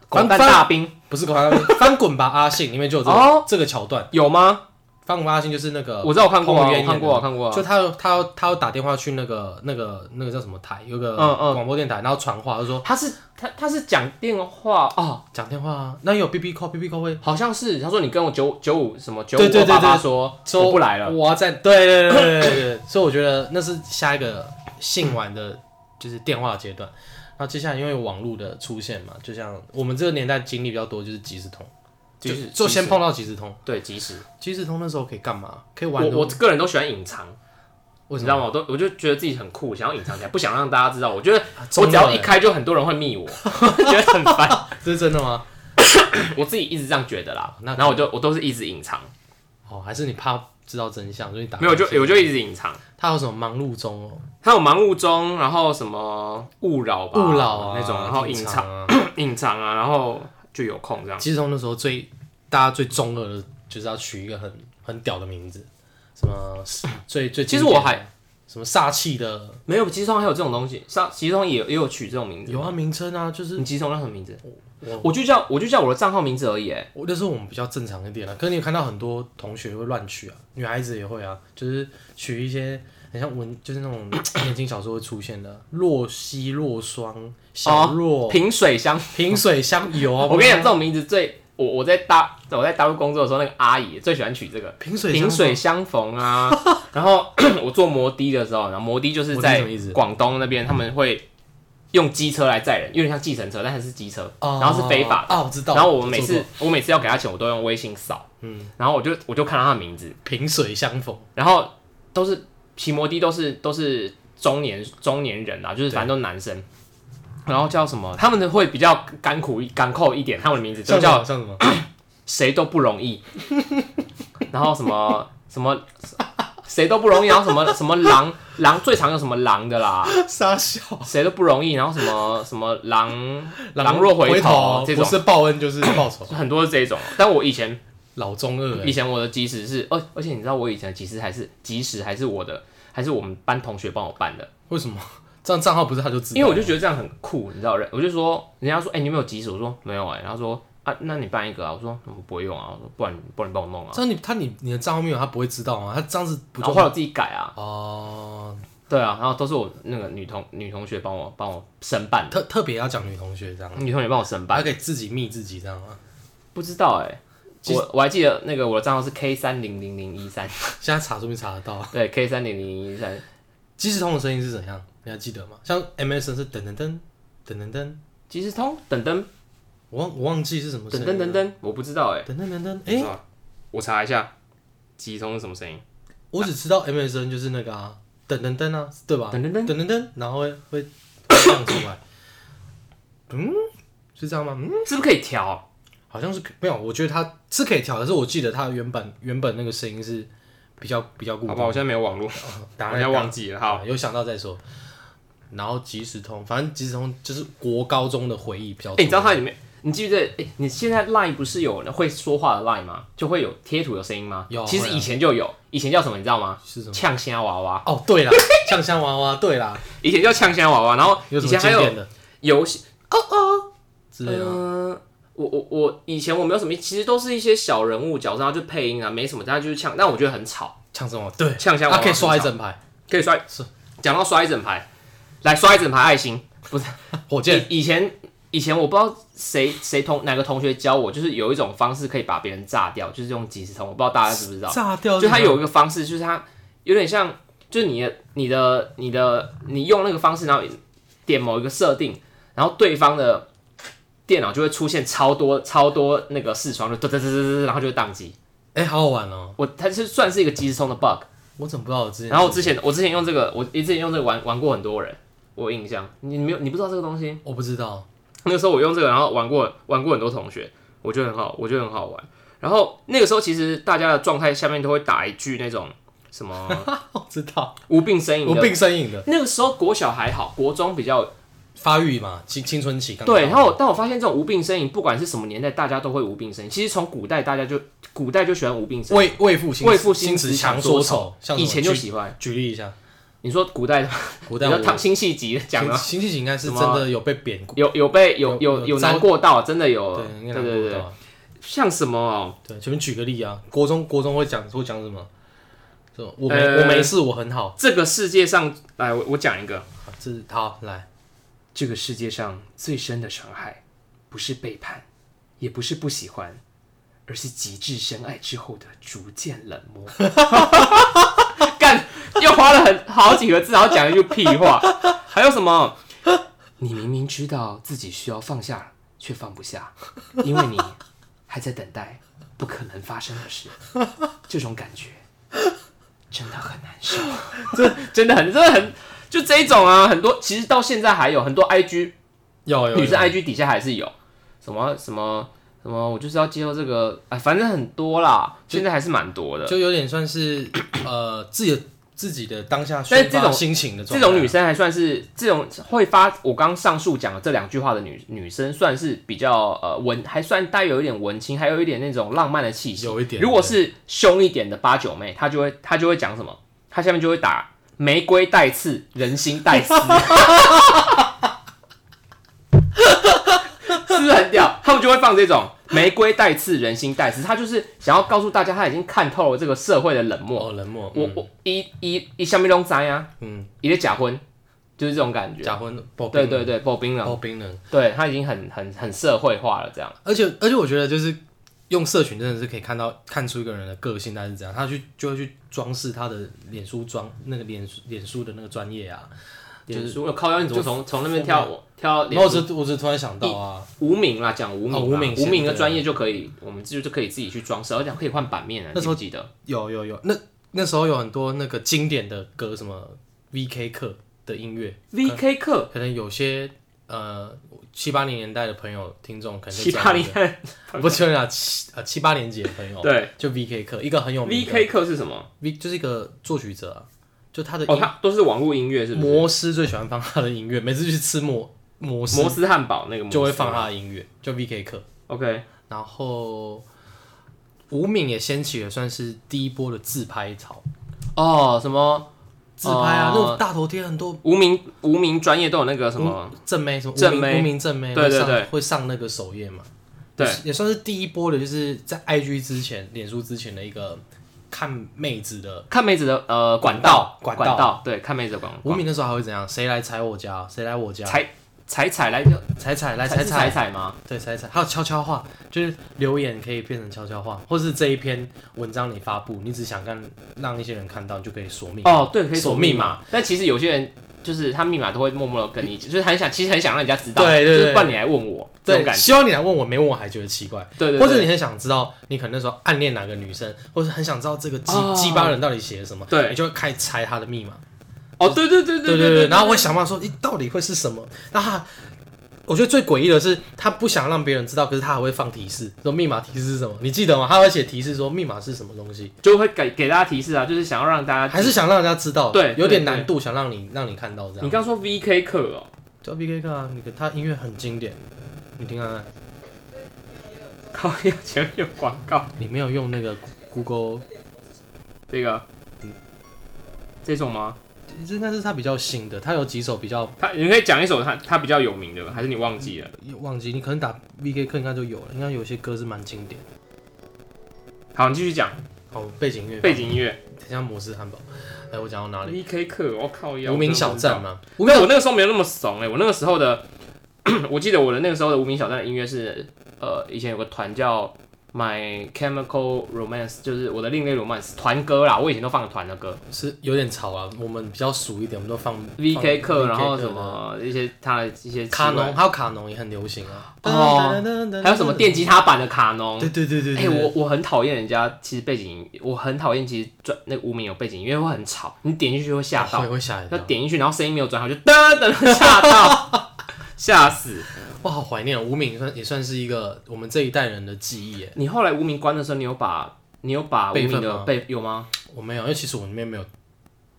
S1: 滚蛋
S2: 翻
S1: 大兵
S2: 不是翻翻滚吧阿信，里面就有这个、
S1: 哦
S2: 这个桥段。
S1: 有吗？
S2: 翻滚吧阿信就是那呃个
S1: 我知道我看过啊，
S2: 彭于
S1: 我
S2: 晏
S1: 看过啊，
S2: 演的
S1: 我看过啊。
S2: 就他有他要他要打电话去那个那个那个叫什么台，有个
S1: 嗯嗯
S2: 广播电台，然后传话，就说
S1: 他是他他是讲电话哦，
S2: 讲电话啊，那有 B B call B B call 会
S1: 好像是他说你跟我九九五什么九
S2: 对对
S1: 五
S2: 对
S1: 八八
S2: 对
S1: 说
S2: 说
S1: 我不来了，
S2: 我要在对对对对对对，所以我觉得那是下一个性玩的，就是电话阶段。然后接下来因为网络的出现嘛，就像我们这个年代经历比较多，就是即时通，
S1: 就
S2: 就是就
S1: 即
S2: 先
S1: 时
S2: 碰到即时通。
S1: 对即时。
S2: 即时通那时候可以干嘛？可以
S1: 我
S2: 玩的
S1: 我个人都喜欢隐藏，
S2: 为什
S1: 你知
S2: 么？
S1: 道吗？我都我就觉得自己很酷，想要隐藏起来，不 (laughs) 想让大家知道。我觉得
S2: 啊
S1: 我只要
S2: 中
S1: 一
S2: 了
S1: 开，就很多人会密
S2: (laughs)
S1: 我，我觉得很烦。
S2: 欸这是真的吗？
S1: (laughs) 我自己一直这样觉得啦。
S2: 那
S1: 然后我就我都是一直隐藏，
S2: 哦，还是你怕知道真相，所以你打
S1: 没有就
S2: 游戏
S1: 我就一直隐藏。
S2: 他有什么忙碌中哦，
S1: 还有忙碌中，然后什么勿扰吧，
S2: 勿扰啊
S1: 那种，然后隐藏
S2: 藏啊。
S1: 隐藏啊，然后就有空这样。
S2: 即时通那时候最大家最中二的就是要取一个很很屌的名字，什么最最
S1: 其实我还
S2: 经典的什么煞气的
S1: 没有，集中还有这种东西，上集中也有也有取这种名字。
S2: 有啊，名称啊，就是
S1: 你集中叫什么名字？
S2: 我
S1: 我就叫我就叫我的账号名字而已。哎
S2: 我那时候我们比较正常一点啊，可是你有看到很多同学会乱取啊，女孩子也会啊，就是取一些很像文，就是那种 (clears throat) 言情小说会出现的若曦、若霜、小若、
S1: 哦萍水相
S2: 萍水相有啊。
S1: 我跟你讲，这种名字最我我在大我在大陆工作的时候，那个阿姨最喜欢取这个
S2: 萍水
S1: 萍
S2: 相
S1: 水相逢啊。
S2: (laughs)
S1: 然后 (coughs) 我坐摩的的时候，然后摩的就是
S2: 摩的
S1: 在
S2: 什么意思
S1: 广东那边，他们会用机车来载人，有点像计程车，但是是机车，
S2: 哦
S1: 然后是非法的。
S2: 啊，我知道。
S1: 然后我每
S2: 做
S1: 次
S2: 过
S1: 我每次要给他钱，我都用微信扫，嗯，然后我就我就看到他的名字，
S2: 萍水相
S1: (laughs)
S2: 逢，
S1: 然后都是骑摩的都是都是中年中年人啊，就是反正都是男生。然后叫什么？他们的会比较甘苦甘扣一点，他们的名字就
S2: 像什
S1: 叫
S2: 么像什么？
S1: 谁都不容易。 (laughs) 然后什么什么谁都不容易，然后什
S2: (laughs)
S1: 么什么狼狼最常有什么狼的啦，
S2: 傻笑。
S1: 谁都不容易，然后什么什么狼狼若
S2: 回
S1: 回头这
S2: 不
S1: 种，，
S2: 是报恩就是报仇
S1: (coughs) 很多是这种。但我以前
S2: 老中二欸
S1: 以前我的即时是，哦而而且你知道我以前的即时还是即时还是我的还是我们班同学帮我办的。
S2: 为什么？这样账号不是他就知道？
S1: 因为我就觉得这样很酷，你知道人，我就说人家说，哎、你有没有即时？我说没有哎、然后说啊，那你办一个啊，我说我不会用啊，我说不然不然你帮我弄啊，
S2: 这样你他你你的账号没有他不会知道吗？他这样子不
S1: 然后
S2: 就
S1: 后来我自己改啊，
S2: 哦，
S1: 对啊，然后都是我那个女同女同学帮我帮我申办的，
S2: 特特别要讲女同学这样，
S1: 女同学帮我申
S2: 还
S1: 办，
S2: 可以自己密自己这样啊。
S1: 不知道哎、
S2: 其实
S1: 我我还记得那个我的账号是 K 三零零零一三，
S2: (laughs) 现在查说明查得到。
S1: 对 K 三零零零一三，
S2: 即时通的声音是怎样？你还记得吗？像 MSN 是噔噔噔噔噔噔，
S1: 即时通等等
S2: 我忘我忘记是什么声
S1: 等
S2: 音
S1: 等等
S2: 了。
S1: 等，我不知道哎、
S2: 噔噔噔噔，
S1: 不知
S2: 哎，
S1: 道我查一下，即时通是什么声音？
S2: 我只知道 MSN 就是那个啊，噔噔噔啊，对吧？
S1: 噔噔噔
S2: 噔噔噔，然后会会亮出来。 (coughs) 嗯，是这样吗？嗯。
S1: 是不是可以调？
S2: 好像是可没有，我觉得它是可以调，但是我记得它原本原本那个声音是比较比较固
S1: 好
S2: 定
S1: 吧，
S2: 的。
S1: 我现在没有网络，
S2: 打
S1: 我现在忘记了。好，
S2: 有想到再说。然后即时通，反正即时通就是国高中的回忆比较
S1: 哎、
S2: 多。
S1: 你知道它里面，你记不记得？哎、你现在 Line 不是有会说话的 Line 吗？就会有贴图有声音吗？
S2: 有
S1: 其实
S2: 会啊
S1: 以前就有，以前叫什么你知道吗？
S2: 是什么？
S1: 呛虾娃娃，
S2: 哦，对啦，
S1: (laughs)
S2: 呛香娃娃，对啦，
S1: 以前叫呛虾娃娃，然后
S2: 有
S1: 以
S2: 什么
S1: 前还
S2: 经
S1: 有
S2: 典的
S1: 游戏
S2: 之类的吗？
S1: 嗯我我我以前我没有什么，其实都是一些小人物角色，然后就配音啊，没什么，但就是呛，但我觉得很吵。
S2: 呛什么？对，
S1: 呛香娃
S2: 它
S1: 娃
S2: 可以刷
S1: 很
S2: 一
S1: 吵，
S2: 整排
S1: 可以刷
S2: 是。
S1: 讲到刷一整排，来刷一整排爱心。
S2: 火箭，
S1: 以以前以前我不知道谁谁同哪个同学教我，就是有一种方式可以把别人炸掉，就是用即时通，我不知道大家知不知道。
S2: 炸掉
S1: 就它有一个方式，就是它有点像，就是你的、你的、你的，你用那个方式，然后点某一个设定，然后对方的电脑就会出现超多、超多那个视窗，就噔噔噔噔噔，然后就会宕机。
S2: 哎，好好玩哦！
S1: 我它是算是一个即时通的 bug。
S2: 我怎么不知道我之前？
S1: 然后我之前我之前用这个，我之前用这个玩玩过很多人，我有印象。你没有你不知道这个东西？
S2: 我不
S1: (laughs)
S2: 知道，
S1: 那个时候我用这个，然后玩过玩过很多同学，我觉得很好，我觉得很好玩。然后那个时候其实大家的状态下面都会打一句那种什么
S2: 我知道，
S1: 无病呻吟
S2: 无
S1: 的。
S2: 病呻吟的，
S1: 那个时候国小还好，国中比较
S2: 发育嘛，青青春期刚
S1: 对，然
S2: 到
S1: 后我但我发现这种无病呻吟，不管是什么年代，大家都会无病呻吟。其实从古代大家就古代就喜欢无病呻
S2: 为为赋新
S1: 为赋
S2: 新
S1: 新
S2: 词
S1: 词
S2: 强
S1: 强
S2: 说
S1: 说
S2: 愁，像
S1: 吟，
S2: 什
S1: 以前
S2: 么
S1: 就
S2: 举
S1: 喜欢。
S2: 举例一下，
S1: 你说古代，
S2: 古
S1: 古
S2: 代我
S1: 他辛弃疾讲
S2: (laughs)
S1: 了，
S2: 辛弃疾应该是
S1: 什
S2: 真
S1: 么
S2: 的有被贬过，
S1: 有有被有
S2: 有有
S1: 有有难过到，真的有，
S2: 对，应
S1: 对对
S2: 该难过
S1: 对，
S2: 到
S1: 对
S2: 啊。
S1: 像什么哦，
S2: 对，前面举个例啊，国中国中会讲会讲什么？说我没
S1: 呃
S2: 我没事，我很好。
S1: 这个世界上，来我我讲一个，
S2: 好这是好来，
S1: 这个世界上最深的伤害，不是背叛，也不是不喜欢，而是极致深爱之后的逐渐冷 (laughs) 漠。干，又花了很好几个字，然后讲一句屁话。 (laughs) 还有什么？你明明知道自己需要放下，却放不下，因为你还在等待不可能发生的 (laughs) 事。这种感觉真的很难受，这真的很，真的很，就这一种啊，很多其实到现在还有很多 IG
S2: 要有
S1: 女生
S2: 有
S1: IG 底下还是有什么什么什么，我就是要接受这个，哎，反正很多啦，现在还是蛮多的。
S2: 就有点算是呃自己的自己的当下
S1: 但
S2: 宣
S1: 是这
S2: 发
S1: 种
S2: 心情的
S1: 这
S2: 状态啊
S1: 种女生还算是这种会发我刚上述讲的这两句话的女女生，算是比较呃文，还算带有一点文青，还有一点那种浪漫的气息。
S2: 有一点
S1: 如果是凶一点的八九妹，她就会她就会讲什么，她下面就会打玫瑰带刺， (laughs) 人心带丝，是不是很屌？他们就会放这种玫瑰带刺，人心带丝，他就是想要告诉大家，他已经看透了这个社会的冷漠。
S2: 哦冷漠，
S1: 我我一一一下面拢知啊，
S2: 嗯
S1: 一个假婚，就是这种感
S2: 嗯
S1: 觉。
S2: 假婚爆冰
S1: 对
S2: 冷
S1: 对对，破冰哦了，
S2: 爆冰冷，
S1: 对他已经很很很社会化了，这样。
S2: 而且而且我觉得就是用社群真的是可以看到看出一个人的个性大概是怎样，他去就会去装饰他的脸书装那个脸书脸书的那个专业啊。
S1: 脸书靠腰，你怎么从从那边跳我跳
S2: 然后
S1: 脸
S2: 我
S1: 书
S2: 只我只突然想到啊，
S1: 无名啦，讲无名啦，
S2: 哦无名
S1: 无名
S2: 先
S1: 的
S2: 对
S1: 专业就可以，我们就就可以自己去装饰，而且可以换版面啊。
S2: 那时
S1: 候记得
S2: 有有有，那那时候有很多那个经典的歌，什么 VK 课的音乐，
S1: VK 课
S2: 可能有些呃七八零年代的朋友听众可能 (laughs) 就
S1: 七
S2: 知道
S1: 八零代
S2: 那个，不是啊七呃七八年级的朋友，
S1: 对
S2: 就 VK 课一个很有名的啊
S1: VK 课是什么？
S2: V 就是一个作曲者、啊，就他的
S1: 哦，它都是网络音乐是不是？
S2: 摩斯最喜欢放他的音乐，每次去吃摩摩斯
S1: 摩斯汉堡那个摩斯
S2: 就会放他啊的音乐，就 VK 课，
S1: OK，
S2: 然后。无名也掀起了算是第一波的自拍潮，
S1: 哦，什么
S2: 自拍啊，
S1: 哦
S2: 那种大头贴很多
S1: 无名无名专业都有那个什么
S2: 正妹什么
S1: 正
S2: 无名
S1: 妹
S2: 无名正妹，
S1: 对对
S2: 会上
S1: 对
S2: 会上那个首页嘛？
S1: 对，
S2: 也算是第一波的，就是在 IG 之前、脸书之前的一个看妹子的。
S1: 看妹子的呃管道
S2: 管道
S1: 管道，对，看妹子的管
S2: 无名的时候还会怎样？谁来踩我家？谁来我家？
S1: 踩踩踩来就
S2: 踩踩来
S1: 踩
S2: 踩
S1: 踩
S2: 踩，
S1: 踩吗？
S2: 对踩踩。还有悄悄话，就是留言可以变成悄悄话，或是这一篇文章你发布，你只想让让一些人看到，你就可以锁密。
S1: 哦，对，可以
S2: 锁
S1: 锁
S2: 密
S1: 密
S2: 码
S1: 码。但其实有些人就是他密码都会默默的跟你，就是很想，其实很想让人家知道，
S2: 对对
S1: 就
S2: 对
S1: 是不然你来问我，这种
S2: 对，
S1: 感觉，
S2: 希望你来问我，没问我还觉得奇怪。
S1: 对对，
S2: 或者
S1: 对
S2: 你很想知道，你可能那时候暗恋哪个女生，或者很想知道这个鸡
S1: 哦
S2: 鸡巴人到底写了什么，
S1: 对
S2: 你就会开始猜他的密码，
S1: 哦，对对对
S2: 对
S1: 对
S2: 对，
S1: 对，
S2: 然后会想办法说，你到底会是什么？那他，我觉得最诡异的是，他不想让别人知道，可是他还会放提示，说密码提示是什么？你记得吗？他会写提示说密码是什么东西，
S1: 就会给给大家提示啊，就是想要让大家
S2: 还是想让人家知道，
S1: 对
S2: 有点
S1: 对对
S2: 难度，想让你让你看到这
S1: 你
S2: 样。
S1: 刚说 VK 课哦，
S2: 叫 B K 课啊，你看他音乐很经典，你听看啊看，
S1: 靠，要前面有广告，
S2: 你没有用那个 Google，
S1: 这个这种吗？
S2: 这应该是他比较新的，他有几首比较
S1: 他你可以讲一首他他比较有名的吧，还是你忘记了？
S2: 忘记，你可能打 VK 课应该就有了，应该有些歌是蛮经典的。
S1: 好，你继续讲
S2: 哦，背景音乐，
S1: 背景音乐
S2: 等一下摩斯汉堡。哎，我讲到哪里？
S1: VK 课，我靠，要
S2: 无名小站。嘛，无
S1: 我
S2: 名
S1: 跟
S2: 小
S1: 我那个时候没有那么怂哎、我那个时候的， (clears throat) 我记得我的那个时候的无名小站的音乐是，呃，以前有个团叫 My Chemical Romance，就是我的另类 romance 团歌啦，我以前都放团的歌
S2: 是有点吵啊，我们比较熟一点，我们都放
S1: ，VK 课，
S2: 放
S1: 然后
S2: VK
S1: 什么一些他的一些
S2: 的卡
S1: 奇怪
S2: 农，，还有卡农也很流行啊。
S1: 哦，还有什么电吉他版的卡农。
S2: 对对对对
S1: 哎、
S2: 对，
S1: 我我很讨厌人家，其实背景音，我很讨厌其实转那个无名有背景音，因为会很吵，你点进去会吓到。
S2: 哎会会吓一
S1: 那
S2: 跳，
S1: 点进去，然后声音没有转好，就噔噔吓到，
S2: (laughs)
S1: 吓死！
S2: 我好怀念哦无名也算也算是一个我们这一代人的记忆耶。
S1: 你后来无名关的时候，你有把你有把无
S2: 备
S1: 名
S2: 份
S1: 的
S2: 吗
S1: 备有吗？
S2: 我没有，因为其实我里面没有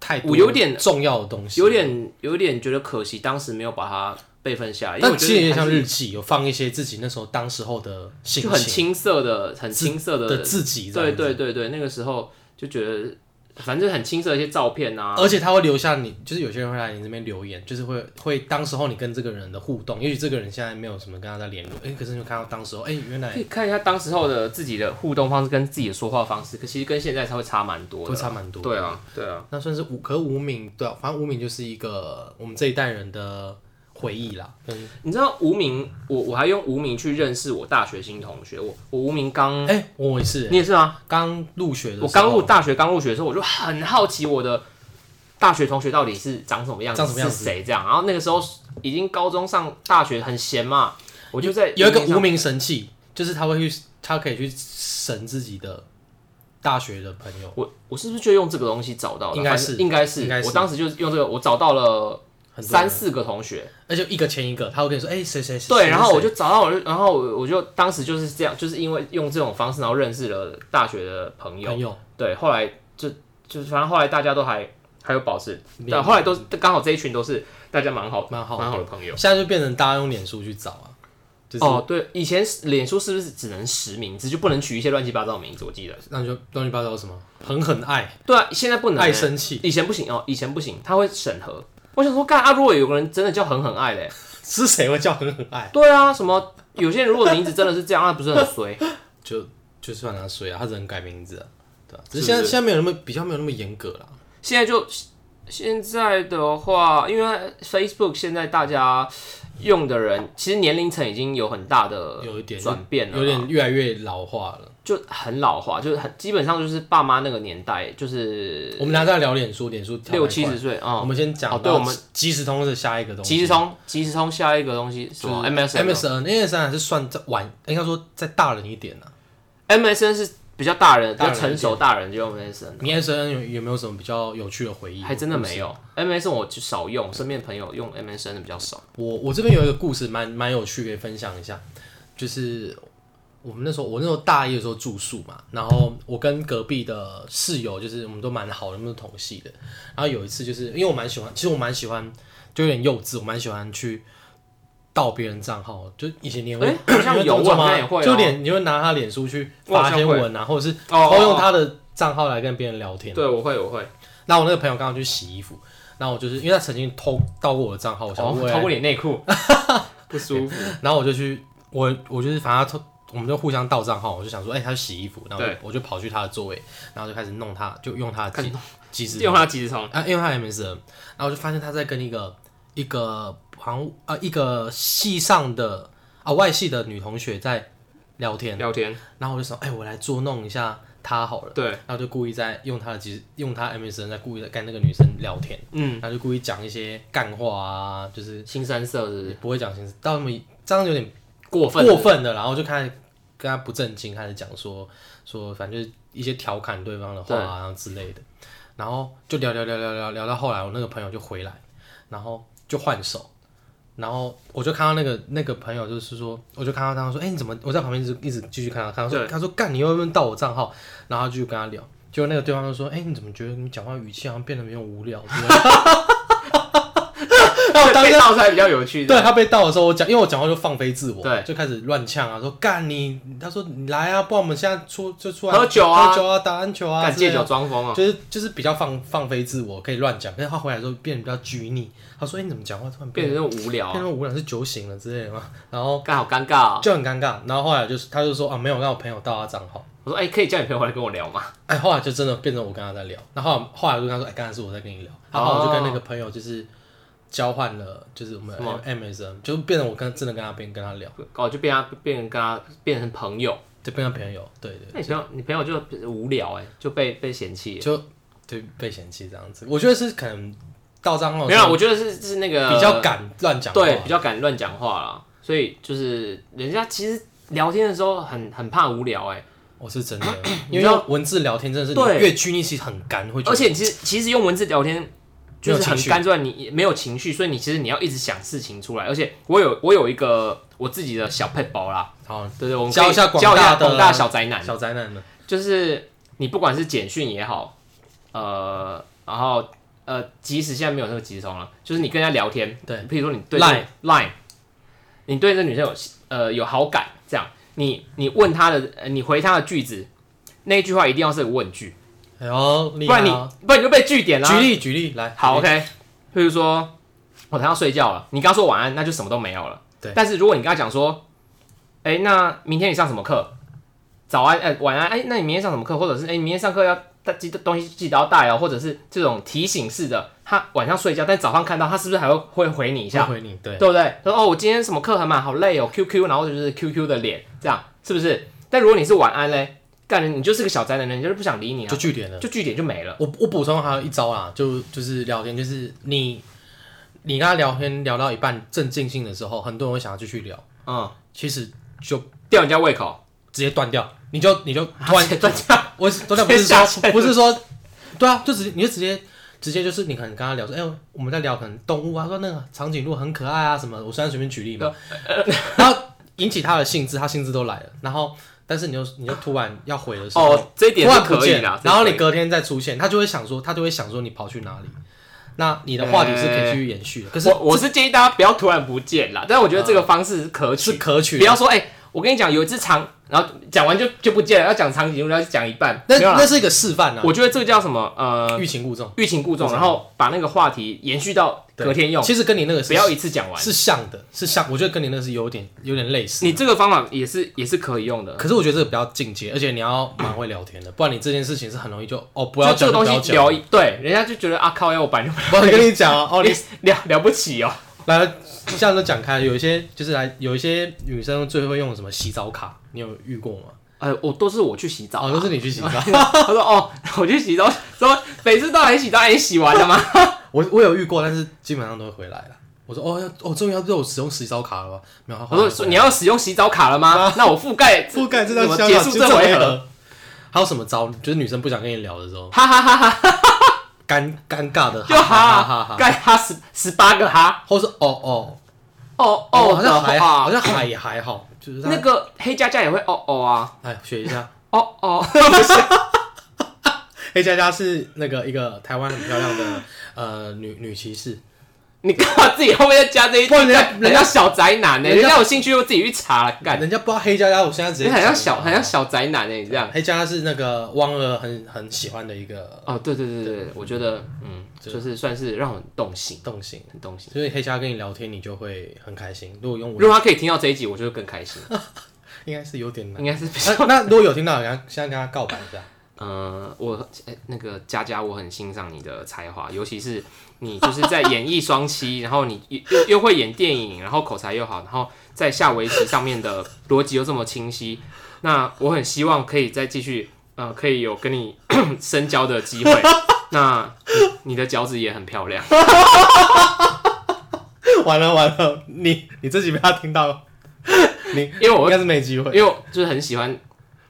S2: 太多
S1: 我有点
S2: 重要的东西，
S1: 有点有点觉得可惜，当时没有把它备份下来，因为
S2: 但
S1: 我觉
S2: 其实
S1: 得
S2: 也
S1: 还
S2: 像
S1: 是
S2: 日记，有放一些自己那时候当时候的心
S1: 就很
S2: 情
S1: 青涩的、很青涩
S2: 的自己，
S1: 对，对对对，那个时候就觉得，反正很青涩的一些照片啊，
S2: 而且他会留下你，就是有些人会来你这边留言，就是会会当时候你跟这个人的互动，也许这个人现在没有什么跟他在联络，哎、可是你就看到当时候，哎、原来
S1: 可以看一下当时候的自己的互动方式跟自己的说话方式，可其实跟现在才会差蛮多
S2: 会
S1: 的。
S2: 差蛮多，
S1: 对，啊，对啊，
S2: 那算是无，可无名，对、啊，反正无名就是一个我们这一代人的回忆啦，跟
S1: 你知道无名，我我还用无名去认识我大学新同学，我我无名刚，
S2: 哎、我也是、
S1: 你也是吗？
S2: 刚入学的时候，
S1: 我刚入大学刚入学的时候，我就很好奇我的大学同学到底是长什么样子，
S2: 长什么样子
S1: 是谁这样。然后那个时候已经高中上大学很闲嘛，我就在
S2: 有一个
S1: 无名
S2: 无名神器，就是他会去，他可以去神自己的大学的朋友，
S1: 我我是不是就用这个东西找到的？
S2: 应该是
S1: 反正应该是
S2: 应该是
S1: 我当时就是用这个，我找到了
S2: 很多
S1: 三
S2: 人，
S1: 四个同学，
S2: 而且一个前一个，他会跟你说，哎、谁谁谁，
S1: 对，然后我
S2: 就
S1: 就找到我就，然后我我就当时就是这样，就是因为用这种方式，然后认识了大学的朋友，
S2: 朋友，
S1: 对，后来就就是反正后来大家都还还有保持，
S2: 没
S1: 对，后来都刚好这一群都是大家蛮好
S2: 蛮好
S1: 蛮好的朋友。
S2: 现在就变成大家用脸书去找啊，就是
S1: 哦，对，以前脸书是不是只能实名制，就不能取一些乱七八糟的名字？我记得，
S2: 那就乱七八糟什么，狠狠爱，
S1: 对啊，现在不能、
S2: 爱
S1: 欸，
S2: 生气
S1: 以前不行哦，以前不行，他会审核。我想说，干啊，如果有个人真的叫狠狠爱嘞、
S2: 是谁会叫狠狠爱？
S1: 对啊，什么有些人如果名字真的是这样，啊那不是很衰？
S2: 就就算他睡啊，他只能改名字啊，对啊，只
S1: 是不
S2: 是现在
S1: 是
S2: 现在没有那么比较没有那么严格啦，
S1: 现在就现在的话，因为 Facebook 现在大家用的人，其实年龄层已经有很大的
S2: 有一点
S1: 呃转变了啦，
S2: 有点越来越老化了。
S1: 就很老化，就是很基本上就是爸妈那个年代，就是
S2: 我们俩在聊脸书，脸书跳
S1: 六
S2: 蛮
S1: 七
S2: 快
S1: 十岁啊。
S2: 我们先讲
S1: 哦
S2: 到
S1: 对我们
S2: 即时通的下一个东西，
S1: 即时哦通，即时通，下一个东西什么
S2: 就是
S1: MSN 吗
S2: MSN MSN 还是算在晚，应该说再大人一点啊呢、
S1: 哦 MSN 是比较大人、比
S2: 大
S1: 较
S2: 人一点
S1: 成熟大人就用 MSN，
S2: 你 MSN 有有没有什么比较有趣的回忆？
S1: 还真的没有 MSN 我就少用，身边朋友用 MSN 的比较少。
S2: 我我这边有一个故事，蛮蛮有趣，可以分享一下。就是我们那时候，我那时候大一的时候住宿嘛，然后我跟隔壁的室友，就是我们都蛮好的，我们都同系的。然后有一次，就是因为我蛮喜欢，其实我蛮喜欢，就有点幼稚，我蛮喜欢去盗别人账号。就以前你会，
S1: 哎好像
S2: 你会
S1: 有
S2: 动作
S1: 我好像
S2: 吗
S1: 也会哦
S2: 就脸你会拿他脸书去
S1: 我好
S2: 发
S1: 像
S2: 一些
S1: 会
S2: 文啊，或者是
S1: 哦
S2: 偷用他的账号来跟别人聊天。
S1: 对，我会，我会。
S2: 然后我那个朋友刚好去洗衣服，然后我就是因为他曾经偷盗过我的账号，我想
S1: 哦
S2: 说我也来
S1: 透过你内
S2: (laughs)
S1: 裤，不舒服。
S2: 然后我就去，我我就是反正他偷，我们就互相盗账号，我就想说，哎、他洗衣服，然后我就
S1: 对
S2: 我就跑去他的座位，然后就开始弄他，就用他的
S1: 看
S2: 机机子
S1: 电话即时通，
S2: 啊，因为他也没事，然后我就发现他在跟一个一个好像啊一个系上的啊外系的女同学在聊天，
S1: 聊天，
S2: 然后我就想，哎、我来捉弄一下她好了，
S1: 对，
S2: 然后就故意在用他的机用他 MSN 在故意在跟那个女生聊天，
S1: 嗯，
S2: 然后就故意讲一些干话啊，就是
S1: 新三色是不是
S2: 不会讲形式，到那么这样有点
S1: 过分？
S2: 过分的，然后就开始跟他不正经，开始讲说说，反正就是一些调侃对方的话啊然后之类的，然后就聊聊聊聊聊聊到后来，我那个朋友就回来，然后就换手，然后我就看到那个那个朋友就是说，我就看到他说，哎、你怎么？我在旁边一直一直继续看他，看他说
S1: 对
S2: 他说干，你又问到我账号，然后他继续跟他聊，结果那个对方就说，哎、你怎么觉得你讲话语气好像变得没有无聊之类的？
S1: (laughs)
S2: 然后哦我当时
S1: 被倒出来比较有趣。
S2: 对他被盗的时候，我讲，因为我讲话就放飞自我，
S1: 对
S2: 就开始乱呛啊，说干你，他说你来啊，不然我们现在出就出来
S1: 喝酒啊
S2: 喝酒啊，打篮球啊，
S1: 敢
S2: 之类
S1: 借
S2: 的
S1: 酒装疯啊！
S2: 就是就是比较放放飞自我，可以乱讲。可是他回来之后变得比较拘泥，他说：“哎、你怎么讲话突然
S1: 变
S2: 变
S1: 成那种无聊
S2: 变 (laughs)
S1: 啊，
S2: 那么无聊，是酒醒了之类的吗？”然后
S1: 刚好尴尬啊。
S2: 就很尴尬。然后后来就是他就说：“啊，没有让我朋友盗他账号。
S1: 我说，哎，可以叫你朋友回来跟我聊吗？”
S2: 哎，后来就真的变成我跟他在聊。那后来后来我就跟他说：“哎、刚才是我在跟你聊。”然后我就跟那个朋友就是交换了，就是我们
S1: 什么
S2: MSN，就变成我跟真的跟他边跟他聊。
S1: 哦，就变他变成跟他变成朋友。
S2: 就变成朋友，对对
S1: 那你朋友你朋友就无聊哎，就被被嫌弃。
S2: 就对被嫌弃这样子。我觉得是可能到账号
S1: 没有啊，我觉得是是那个
S2: 比较敢乱讲话，
S1: 对，比较敢乱讲话啦。所以就是人家其实聊天的时候很很怕无聊哎，
S2: 我是真的，
S1: 你
S2: 因
S1: 知道
S2: 为文字聊天真的是
S1: 对
S2: 你越拘泥，其实很干，会觉
S1: 而
S2: 得
S1: 且其实其实用文字聊天就
S2: 没有
S1: 是很
S2: 情绪
S1: 干之外，你也没有情绪，所以你其实你要一直想事情出来。而且我有我有一个我自己的小 p e 包啦，
S2: 好
S1: 对对，我们
S2: 教
S1: 可以
S2: 一下广
S1: 教一下
S2: 大的
S1: 广大小宅男，
S2: 小宅男呢，
S1: 就是你不管是简讯也好，呃，然后呃，即使现在没有那个即时通了，就是你跟人家聊天，
S2: 对，
S1: 譬如说你对
S2: Line
S1: line，你对这女生有呃有好感，这样，你你问她的，呃你回她的句子，那一句话一定要是个问句，
S2: 哎呦，
S1: 不
S2: 不
S1: 然你不然你就被据点了。啊
S2: 举例举例来，
S1: 好
S2: 举例
S1: ，OK，譬如说我等下要睡觉了，你刚说晚安，那就什么都没有了。
S2: 对
S1: 但是如果你跟他讲说，哎、那明天你上什么课？早安，呃，晚安，哎、那你明天上什么课？或者是哎、你明天上课要带记得东西记得要带哦，或者是这种提醒式的，他晚上睡觉，但早上看到他是不是还会会回你一
S2: 下
S1: 下？
S2: 回你对
S1: 对不对？说哦，我今天什么课很满，好累哦，QQ，然后就是 QQ 的脸，这样是不是？但如果你是晚安嘞，干你就是个小宅男，人家就不想理你啊
S2: 就，据点了。
S1: 就据点就没了。
S2: 我我补充还有一招啦，就就是聊天，就是你你跟他聊天聊到一半正尽兴的时候，很多人会想要继续聊，
S1: 嗯，
S2: 其实就
S1: 吊人家胃口，
S2: 直接断掉，你就你就突然
S1: 啊断断
S2: 我是啊昨天不
S1: (laughs)
S2: 是
S1: 直接下
S2: 说
S1: 线
S2: 不是说，对啊，就直你就直接直接就是你可能跟他聊说，哎、我们在聊可能动物啊，说那个长颈鹿很可爱啊什么的，我虽然随便举例嘛， (laughs) 然后引起他的兴致，他兴致都来了，然后但是你就你就突然要回的时候，
S1: 哦，这一点
S2: 突
S1: 是
S2: 然不
S1: 可以
S2: 见
S1: 啦
S2: 了，。然后
S1: 这
S2: 你
S1: 个可以
S2: 隔天再出现，他就会想说，他就会想说你跑去哪里，那你的话题是可以继续延续的，可是
S1: 嗯我我是建议大家不要突然不见啦，但我觉得这个方式是可取
S2: 是，可取
S1: 不
S2: 的。
S1: 要说哎、我跟你讲有一只长，然后讲完就就不见了，要讲长颈鹿要讲一半，
S2: 那
S1: 没有啦
S2: 那是一个示范啊，
S1: 我觉得这个叫什么呃
S2: 欲擒故纵，
S1: 欲擒故纵，
S2: 故纵
S1: 然后把那个话题延续到
S2: 对
S1: 隔天用，
S2: 其实跟你那个是
S1: 不要一次讲完。
S2: 是像的，是像，我觉得跟你那个是有点有点类似的。啊
S1: 你这个方法也是也是可以用的，
S2: 可是我觉得这个比较进阶，而且你要蛮会聊天的，不然你这件事情是很容易就哦不要
S1: 就这
S2: 讲
S1: 个
S2: 就不
S1: 东
S2: 要
S1: 西
S2: 讲
S1: 聊，一对，人家就觉得啊靠，要我本来就
S2: 不然跟你讲啊
S1: (laughs)
S2: 哦，你
S1: 了了不起哦，
S2: 来这样都讲开，有一些就是来有一些女生最会用什么洗澡卡，你有遇过吗？
S1: 呃，我都是我去洗澡啊，
S2: 哦，都是你去洗澡，
S1: (laughs) 他说哦，我去洗澡，说每次到来洗澡，哎，你洗完了吗？
S2: 我我有遇过，但是基本上都会回来了。我说哦要哦终于要对我使用洗澡卡了吗？没有，他
S1: 我
S2: 后
S1: 说
S2: 来回来
S1: 说你要使用洗澡卡了吗？那我覆
S2: (laughs)
S1: 盖
S2: 啊覆盖这张
S1: 怎
S2: 小
S1: 么
S2: 卡
S1: 结束这回合，。
S2: 还有什么招？就是女生不想跟你聊的时候，
S1: 哈哈哈哈，
S2: (laughs) 尴尴尬的
S1: 就
S2: 哈
S1: 哈
S2: 哈
S1: 哈，
S2: 哈，
S1: 盖哈十十八个哈，
S2: 或是哦哦
S1: 哦
S2: 哦，
S1: 哦
S2: 好
S1: 的
S2: 像还好，
S1: 话
S2: 好，像还也还好，就是他
S1: 那个黑佳佳也会哦哦啊，
S2: 哎，学一下。 (laughs)
S1: 哦哦，
S2: 黑佳佳是那个一个台湾很漂亮的呃女女骑士，
S1: (laughs) 你干嘛自己后面再加这一
S2: 不
S1: 句？
S2: 然人家
S1: 人家小宅男呢，
S2: 人家
S1: 人家有兴趣又自己去查了，干，
S2: 人家不知道黑佳佳，我现在直接
S1: 你很像小
S2: 讲
S1: 很像小宅男呢，你这样。
S2: 黑佳佳是那个汪儿很很喜欢的一个
S1: 哦，对对对对，我觉得嗯，就是算是让我很动心，
S2: 动型，
S1: 很动心。
S2: 所以黑佳佳跟你聊天你就会很开心。如果用
S1: 如
S2: 我
S1: 果他可以听到这一集，我就会更
S2: (laughs)
S1: 开心，
S2: 应该是有点难
S1: 应。该是比较
S2: 那那如果有听到，跟他现在跟他告白一下， (laughs)
S1: 呃，我、诶那个佳佳，我很欣赏你的才华，尤其是你就是在演艺双栖，然后你又又又会演电影，然后口才又好，然后在下围棋上面的逻辑又这么清晰，那我很希望可以再继续呃，可以有跟你 (coughs) 深交的机会。那你你的脚趾也很漂亮，
S2: 完了完了，你你自己被他听到，你
S1: 因为我 (coughs)
S2: 应
S1: 会
S2: 该是没机会。
S1: 因为我就是很喜欢，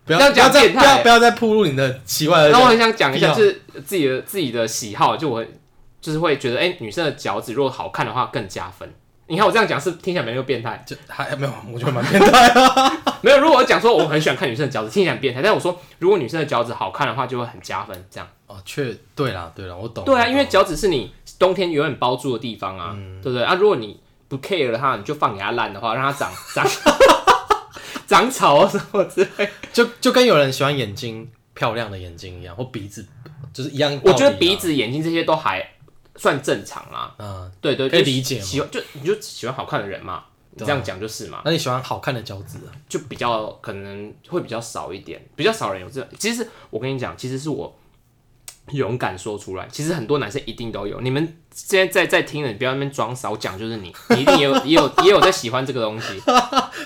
S2: 不要
S1: 这样
S2: 不要
S1: 讲
S2: 再
S1: 变
S2: 不
S1: 态
S2: 要
S1: 欸
S2: 不要再铺入你的奇怪的
S1: 然
S2: 人
S1: 后我很想讲一下，
S2: 必要
S1: 就是自己的自己的喜好，就我很就是会觉得，哎、女生的脚趾如果好看的话更加分。你看我这样讲是听起来没有变态。
S2: 就还没有，我觉得蛮变态的。
S1: 没有，如果我讲说我很喜欢看女生的脚趾，听起来很变态，但是我说如果女生的脚趾好看的话，就会很加分。这样
S2: 哦，确对啦对啦，我懂。
S1: 对
S2: 我
S1: 啊，
S2: 懂
S1: 因为脚趾是你冬天永远包住的地方啊，
S2: 嗯
S1: 对不对啊？如果你不 care 了它，你就放给它烂的话，让它
S2: (laughs)
S1: 长长 (laughs) 长草啊什么之类的。
S2: 就就跟有人喜欢眼睛漂亮的眼睛一样，或鼻子就是一样道理
S1: 我
S2: 啊、
S1: 觉得鼻子、眼睛这些都还算正常啦，
S2: 嗯，
S1: 对对，
S2: 可以
S1: 就
S2: 理解嘛
S1: 喜欢就你就喜欢好看的人嘛，你
S2: 对啊
S1: 这样讲就是嘛。
S2: 那你喜欢好看的脚趾、啊？ (laughs)
S1: 就比较可能会比较少一点，比较少人有这。其实我跟你讲，其实是我勇敢说出来，其实很多男生一定都有。你们现在在在听的，你不要在那边装傻，我讲就是你，你一定也有也有也有在喜欢这个东西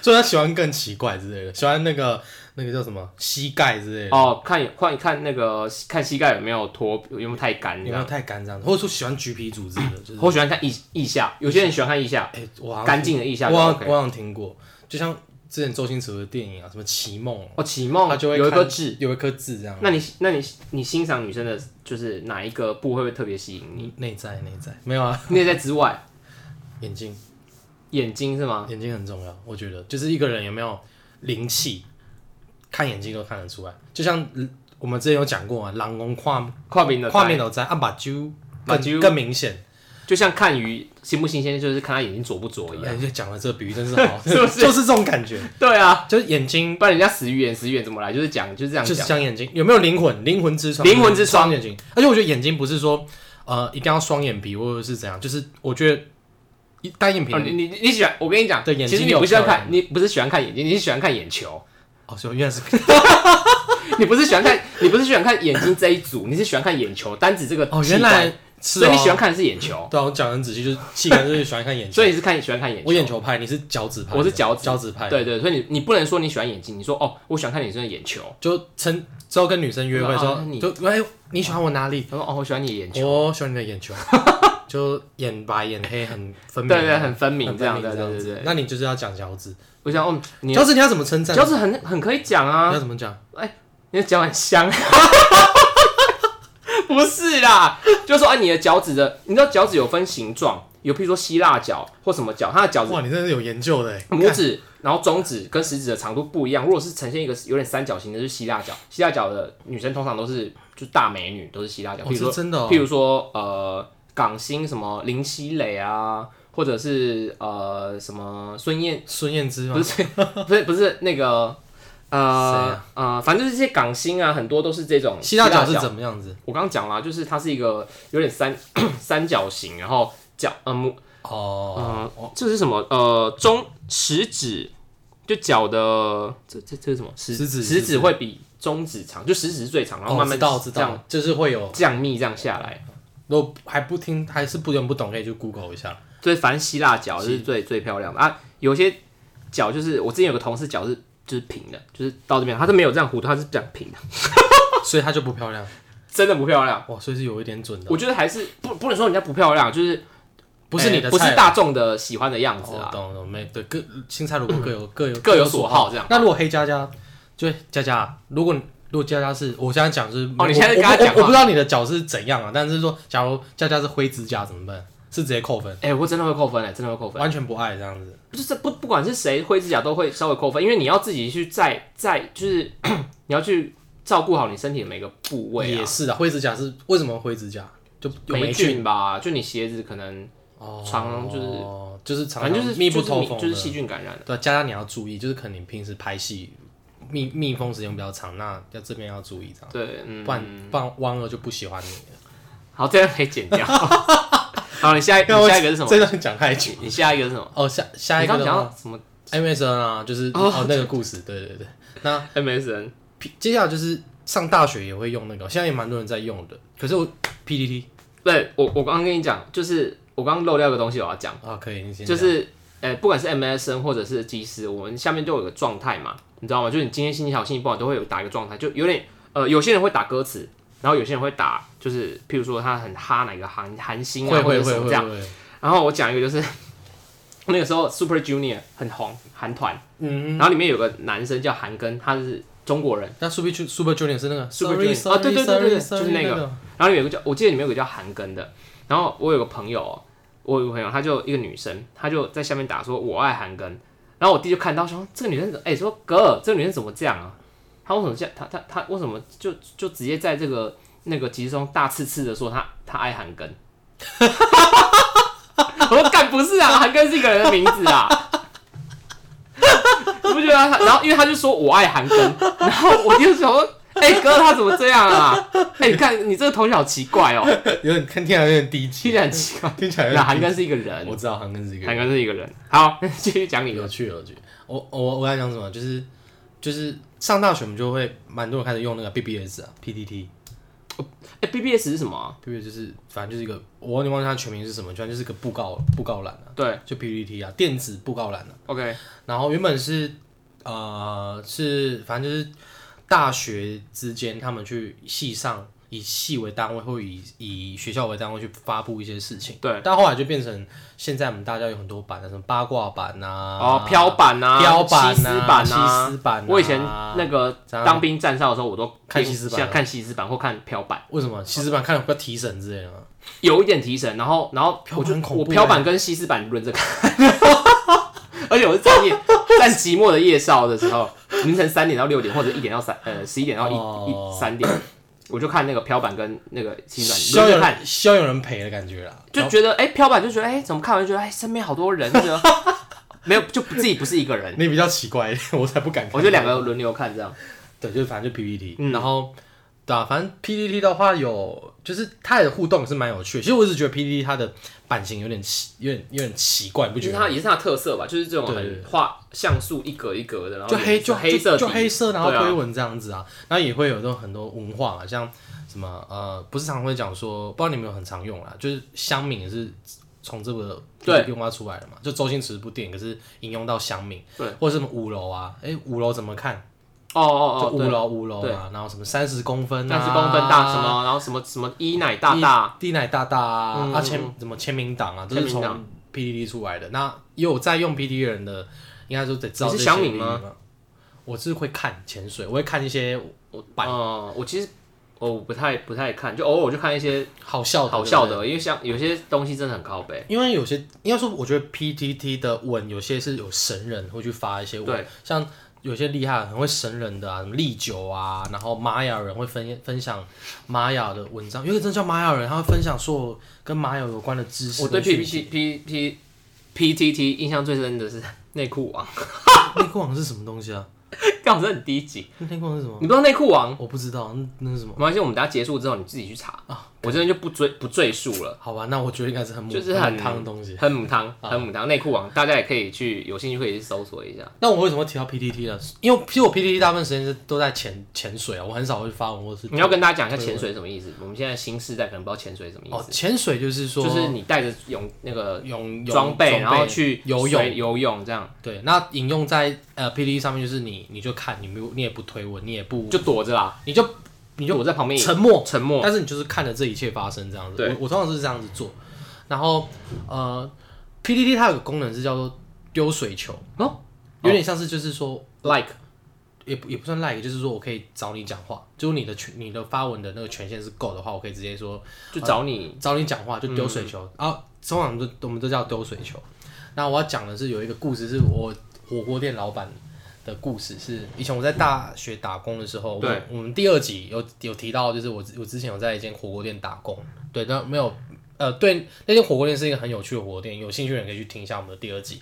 S2: 所以他喜欢更奇怪之类的，喜欢那个那个叫什么膝盖之类的，
S1: 哦。看有看看那个看膝盖有没有脱，有没有太干
S2: 有
S1: 这
S2: 没有
S1: 样。
S2: 太干这样子？或者说喜欢橘皮组织的，就是
S1: 我喜欢看腋腋下，有些人喜欢看腋下，
S2: 哎、我好像
S1: 干净的腋下就
S2: 我好像
S1: OK。
S2: 我好像听过，就像之前周星驰的电影啊，什么《奇梦》啊，
S1: 哦，启
S2: 他
S1: 梦
S2: 就会
S1: 有一
S2: 看
S1: 个痣，
S2: 有一颗痣这样，
S1: 那你那你你欣赏女生的就是哪一个部位会特别吸引你？
S2: 内在内在没有啊，
S1: 内在之外，
S2: 眼睛
S1: 眼睛是吗？
S2: 眼睛很重要，我觉得就是一个人有没有灵气，看眼睛都看得出来。就像嗯我们之前有讲过啊，狼龙跨
S1: 跨屏的
S2: 跨面都在，啊把酒
S1: 马吉
S2: 更更明显。
S1: 就像看鱼新不新鲜，就是看它眼睛浊不浊一样。
S2: 哎，就讲了这个比喻真是好，
S1: 啊 (laughs) 是不是
S2: 就是这种感
S1: (laughs)
S2: 觉，
S1: 对啊，
S2: 就是眼睛
S1: 不然人家死鱼眼，死鱼眼怎么来？就是讲，就是这样
S2: 就是
S1: 讲。
S2: 像眼睛有没有灵魂，灵魂之窗，
S1: 灵魂之窗
S2: 眼睛。而且我觉得眼睛不是说呃一定要双眼皮或者是怎样，就是我觉得一单眼皮
S1: 哦，你你你喜欢？我跟你讲，
S2: 对眼
S1: 其
S2: 睛
S1: 实你
S2: 有
S1: 不喜欢
S2: 漂
S1: 看
S2: 亮，
S1: 你不是喜欢看眼睛，你是喜欢看眼球。
S2: 哦，所以原来是
S1: 你不是喜欢看，你不是喜欢看眼睛这一组，你是喜欢看眼球，单指这个
S2: 哦，
S1: 器
S2: 原
S1: 官
S2: 来是
S1: 所
S2: 哦
S1: 以你喜欢看的是眼球，
S2: 对啊，我讲得很仔细，就是气感就是喜欢看眼球，
S1: 所以你是看喜欢看眼球。
S2: 我眼球派，你是脚趾派的，
S1: 我是脚趾
S2: 脚趾派，，
S1: 对对，所以你你不能说你喜欢眼睛，你说哦，我喜欢看女生的眼球。
S2: 就称之后跟女生约会的时
S1: 啊
S2: 候，
S1: 你
S2: 就哎你喜欢我哪里？
S1: 他说哦，我喜欢你的眼球，
S2: 我喜欢你
S1: (laughs)
S2: 的眼球，就眼白眼黑很分明，啊
S1: 对对，很分明
S2: 很
S1: 这
S2: 分
S1: 样
S2: 明
S1: 的，
S2: 这
S1: 对
S2: 样
S1: 对
S2: 子
S1: 对。。
S2: 那你就是要讲脚趾，
S1: 我想哦，你
S2: 脚趾你要怎么称赞？
S1: 脚趾很很可以讲
S2: 你
S1: 啊
S2: 要，怎么讲？
S1: 你的脚很香。 (laughs) 不是啦，就是说哎，你的脚趾的，你知道脚趾有分形状，有譬如说希腊脚或什么脚，它的脚趾
S2: 哇，你真的是有研究的欸，
S1: 拇指，然后中指跟食指的长度不一样。如果是呈现一个有点三角形的，就是希腊脚。希腊脚的女生通常都是就大美女，都是希腊脚。
S2: 看
S1: 譬
S2: 哦，
S1: 如
S2: 是
S1: 说，
S2: 真的哦，
S1: 譬如说，呃，港星什么林熙蕾啊，或者是呃什么孙燕，
S2: 孙燕姿
S1: 不
S2: 吗？
S1: 是孙 (laughs) 不是不是那个呃、
S2: 谁啊
S1: 呃，反正就是这些港星啊，很多都是这种
S2: 希腊脚是
S1: 脚
S2: 怎么样子？
S1: 我刚刚讲啦，就是它是一个有点三 (clears throat) 三角形，然后脚呃拇
S2: 哦，
S1: 呃，这是什么？呃，中食指就脚的，这这这是什么？食
S2: 食指
S1: 食指会比中指长，就食指是最长，然后
S2: 哦
S1: 慢慢
S2: 知道知
S1: 这样
S2: 道，就是会有，
S1: 降密这样下来。
S2: 如果还不听还是不懂不懂，可以去 Google 一下。
S1: 所以反正希腊脚是最最漂亮的啊。有些脚就是我之前有个同事脚是就是平的，就是到这边，他是没有这样弧度，他是这样平的，
S2: 所以它就不漂亮
S1: 真的不漂亮。
S2: 哇，所以是有一点准的，
S1: 我觉得还是不不能说人家不漂亮，就是
S2: 不是你的
S1: 哎不是
S2: 菜啊
S1: 大众的喜欢的样子
S2: 哦
S1: 啊，。
S2: 懂懂没？对，各青菜
S1: (coughs)
S2: 萝卜各有各有
S1: 各有所好这样
S2: 那如果黑加加，就佳佳，如果如果佳佳是我现在讲是，
S1: 哦你
S2: 我
S1: 现在
S2: 我
S1: 跟他讲
S2: 我我
S1: 话
S2: 不知道你的脚是怎样啊，但是说，假如佳佳是灰指甲怎么办？是直接扣分，
S1: 哎、我真的会扣分哎、真的会扣分。
S2: 完全不爱这样子。
S1: 不是这不不管是谁灰指甲都会稍微扣分，因为你要自己去再再就是你要去照顾好你身体的每个部位
S2: 也
S1: 啊，
S2: 是啊，灰指甲是为什么灰指甲就有
S1: 霉
S2: 菌
S1: 菌吧，就你鞋子可能
S2: 哦，
S1: 常啊就是
S2: 就是常
S1: 反
S2: 常
S1: 正就是
S2: 密不
S1: 就是
S2: 透
S1: 你
S2: 风的，
S1: 就是细菌感染。
S2: 对啊，加上你要注意，就是可能你平时拍戏密密封时间比较长，那要这边要注意这样，
S1: 对，嗯，
S2: 不然不然汪二就不喜欢你了。
S1: 好，这样可以剪掉。好，你下一
S2: 那
S1: 你
S2: 我
S1: 下一个是什么？
S2: 真的讲太久。
S1: 你下一个是什么？
S2: 哦，下下
S1: 你
S2: 一个
S1: 刚
S2: 的
S1: 刚
S2: 话
S1: 讲到什么
S2: MSN 啊，就是
S1: 哦
S2: 哦那个故事，对对对。那
S1: MSN？
S2: P- 接下来就是上大学也会用那个，现在也蛮多人在用的。可是我 PPT
S1: 对我我刚刚跟你讲，就是我刚刚漏掉一个东西我要讲，
S2: 啊，可以，你先
S1: 就
S2: 讲
S1: 是呃不管是 MSN 或者是即时，我们下面都有个状态嘛，你知道吗？就是你今天心情好，心情不好都会有打一个状态，就有点呃有些人会打歌词，然后有些人会打就是譬如说他很哈哪个韩韩星啊
S2: 会
S1: 或
S2: 会
S1: 者
S2: 会
S1: 什
S2: 会
S1: 么这样。
S2: 会，
S1: 然后我讲一个就是 (laughs) 那个时候 Super Junior 很红韩团，
S2: 嗯，
S1: 然后里面有个男生叫韩庚，他是中国人。
S2: 那 Super Ju- Super Junior 是那个
S1: Super
S2: Sorry,
S1: Junior
S2: Sorry,
S1: 啊对对对对
S2: Sorry,
S1: 对
S2: Sorry，
S1: 就是那个
S2: 个
S1: 然后里面有个叫，我记得里面有个叫韩庚的。然后我有个朋友哦，我有个朋友，她就一个女生，她就在下面打说“我爱韩庚”。然后我弟就看到说：“这个女生怎么？哎、说哥，这个女生怎么这样啊？她为什么这样？她她她为什么就就直接在这个那个集市中大刺刺的说她她爱韩庚？” (laughs) 我说：“干不是啊，韩庚是一个人的名字啊。”你不觉得他？然后因为他就说我爱韩庚，然后我就想说，哎、哥他怎么这样啊？ (laughs) 哎、看你这个头绪好奇怪哦，
S2: (laughs) 有点看听起来有点低
S1: 听
S2: 级
S1: 起，来很奇
S2: (laughs)
S1: 怪。
S2: 听起来有
S1: 那韩
S2: 点低
S1: 庚是一个
S2: 哎级。我
S1: 人，
S2: 知道韩庚是一个
S1: 韩
S2: 人
S1: 庚是一个人。好， (laughs) 继续讲你
S2: 有
S1: 的。
S2: 趣有趣。我我我在讲什么？就是就是上大学我们就会蛮多人开始用那个 BBS 啊，PPT。
S1: 哎、b b s 是什么啊、
S2: PPT 就是反正就是一个，我忘记忘记它全名是什么，反正就是个布告布告栏啊，
S1: 对
S2: 就 PPT 啊，电子布告栏啊。
S1: ，OK，
S2: 然后原本是呃是反正就是大学之间他们去系上以系为单位，或以以学校为单位去发布一些事情。
S1: 对。
S2: 但后来就变成现在我们大家有很多版的，什么八卦版啊，
S1: 哦，飘版啊，
S2: 飘版啊
S1: 西斯版
S2: 西斯版啊
S1: 我以前那个
S2: 这样
S1: 当兵站哨的时候，我都
S2: 看西斯版啊
S1: 像看西斯版或看飘版，
S2: 为什么西斯版看了要提神之类的吗？
S1: 有一点提神。然后，然后
S2: 飘
S1: 我
S2: 版
S1: 就
S2: 很恐怖
S1: 我飘版
S2: 欸
S1: 跟西斯版轮着看，而且我是站夜 (laughs) 站寂寞的夜哨的时候，凌晨三点到六点，或者一点到三呃十一点到一
S2: 哦
S1: 一三点，我就看那个飘板跟那个轻
S2: 希望
S1: 软，
S2: 有
S1: 就看
S2: 人希望有人陪的感觉啦。
S1: 就觉得哎、飘板就觉得哎、怎么看完就觉得哎、身边好多人，就觉得 (laughs) 没有就不自己不是一个
S2: (laughs)
S1: 人，
S2: 你比较奇怪一点，我才不敢看。
S1: 我就两个轮流看这样。
S2: 对，就是反正就 PPT，、
S1: 嗯
S2: 然后对啊，反正 PPT 的话有，就是它的互动是蛮有趣的。其实我一直觉得 PPT 它的版型有点奇，有点有点奇怪，你不
S1: 就
S2: 觉
S1: 是
S2: 得吗？
S1: 它也是它的特色吧，就是这种
S2: 对对
S1: 很画像素一格一格的，然后
S2: 就黑
S1: 就
S2: 就
S1: 黑色底
S2: 就黑色，然后
S1: 对啊
S2: 龟纹这样子啊，然后也会有这种很多文化嘛，像什么呃，不是常会讲说，不知道你们有很常用啦，就是乡民也是从这个
S1: 对
S2: 变化出来的嘛，就周星驰这部电影可是引用到乡民，
S1: 对，
S2: 或者什么五楼啊，哎、五楼怎么看？
S1: 哦哦
S2: 就
S1: 哦，
S2: 五
S1: 对，
S2: 楼五楼啊，然后什么三十公分、啊，
S1: 三十公分大什么，然后什么什么一奶大大，
S2: 一，低奶大大啊，
S1: 嗯
S2: 啊签什么签名档啊，都是
S1: 签名
S2: 从
S1: 档
S2: PDD 出来的。那也有在用 PDD 的人的，应该说得知道
S1: 你是
S2: 这些
S1: 乡民
S2: PDD
S1: 吗
S2: 吗？我是会看潜水，我会看一些
S1: 我
S2: 版
S1: 哦，我其实哦我不太不太看，就偶尔我就看一些
S2: 好笑的，
S1: 好笑
S2: 对不
S1: 的，因为像有些东西真的很靠背。
S2: 对。因为有些应该说，我觉得 PTT 的文有些是有神人会去发一些文
S1: 对，
S2: 像有些厉害的很会神人的啊，什么历久啊，然后玛雅人会分分享玛雅的文章，有一个真的叫玛雅人，他会分享所有跟玛雅有关的知识
S1: 我
S2: 跟
S1: 对 P
S2: 讯
S1: P
S2: 息。
S1: T P P P T T 印象最深的是 (laughs) 内裤王，
S2: 内裤网是什么东西啊？
S1: 搞得很低级。
S2: 内裤网是什么？
S1: 你不知道内裤王？
S2: 我不知道，那那是什么？
S1: 没关系，我们等下结束之后你自己去查
S2: 啊。
S1: 我这边就不赘不赘述了。
S2: 好吧，那我觉得应该是很母
S1: 就是很
S2: 汤的东西。
S1: 很母汤，很母汤，内裤网，大家也可以去，有兴趣可以去搜索一下。
S2: 那我为什么会提到 PTT 呢？因为其实我 PTT 大部分时间是都在潜潜水啊，我很少会发文或是
S1: 你要跟大家讲一下潜水是什么意思？我们现在新世代可能不知道潜水是什么意
S2: 哦
S1: 思，
S2: 潜水就是说
S1: 就是你带着泳那个
S2: 泳
S1: 装备，然后去
S2: 游
S1: 水
S2: 泳。
S1: 游泳这样，
S2: 对，那引用在呃 PTT 上面就是你你就看，你没有你也不推文，你也不
S1: 就躲着啦，
S2: 你就
S1: 你就躲在旁边
S2: 沉默，
S1: 沉默。
S2: 但是你就是看着这一切发生这样子。
S1: 对
S2: 我我通常是这样子做。然后呃，PDD 它有个功能是叫做丢水球，
S1: 哦，
S2: 有点像是就是说
S1: like
S2: 也不也不算 like，就是说我可以找你讲话，就是你的权你的发文的那个权限是够的话，我可以直接说
S1: 就找你
S2: 找你讲话就丢水球，
S1: 嗯
S2: 然后通常都我们都叫丢水球。那我要讲的是有一个故事，是我火锅店老板的故事，是以前我在大学打工的时候，我
S1: 对
S2: 们我们第二集有有提到，就是我我之前有在一间火锅店打工，对，但没有呃，对，那间火锅店是一个很有趣的火锅店，有兴趣的人可以去听一下我们的第二集。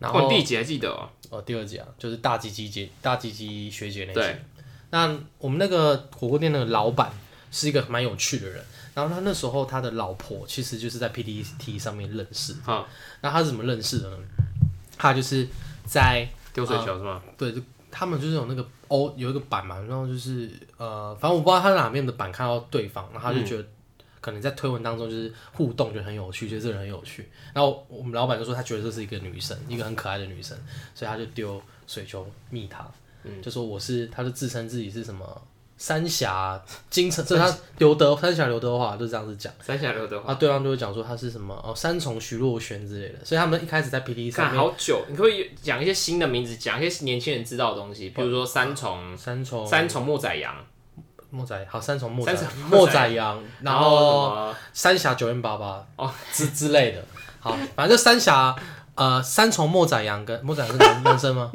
S2: 然后
S1: 哦你第几还记得哦？
S2: 哦，第二集啊，就是大鸡鸡姐、大鸡鸡学姐那一集
S1: 对。
S2: 那我们那个火锅店的老板是一个蛮有趣的人，然后他那时候他的老婆其实就是在 PTT 上面认识，
S1: 好，
S2: 那他是怎么认识的呢？他就是在
S1: 丢水球是吗？
S2: 对，就他们就是有那个哦，有一个版嘛，然后就是呃，反正我不知道他哪面的版看到对方，然后他就觉得。可能在推文当中就是互动，觉得很有趣，觉得这个人很有趣。然后我们老板就说他觉得这是一个女生，一个很可爱的女生，所以他就丢水球密他，就说我是，他就自称自己是什么三峡金城，这是他刘德三峡刘德华就这样子讲。
S1: 三峡刘德华，
S2: 啊，对方就会讲说他是什么哦，三重徐若瑄之类的，所以他们一开始在 PPT 上
S1: 看
S2: 面，
S1: 好久，你可不可以讲一些新的名字，讲一些年轻人知道的东西，比如说三重、
S2: 三重
S1: 三重莫宰羊，
S2: 莫仔好，三重莫仔
S1: 三重莫
S2: 莫
S1: 宰
S2: 仔羊，然
S1: 后什
S2: 后
S1: 么
S2: 三峡九零八八哦之之类的，好，反正就三峡呃三重莫仔羊跟莫仔羊是男男
S1: (laughs)
S2: 生吗？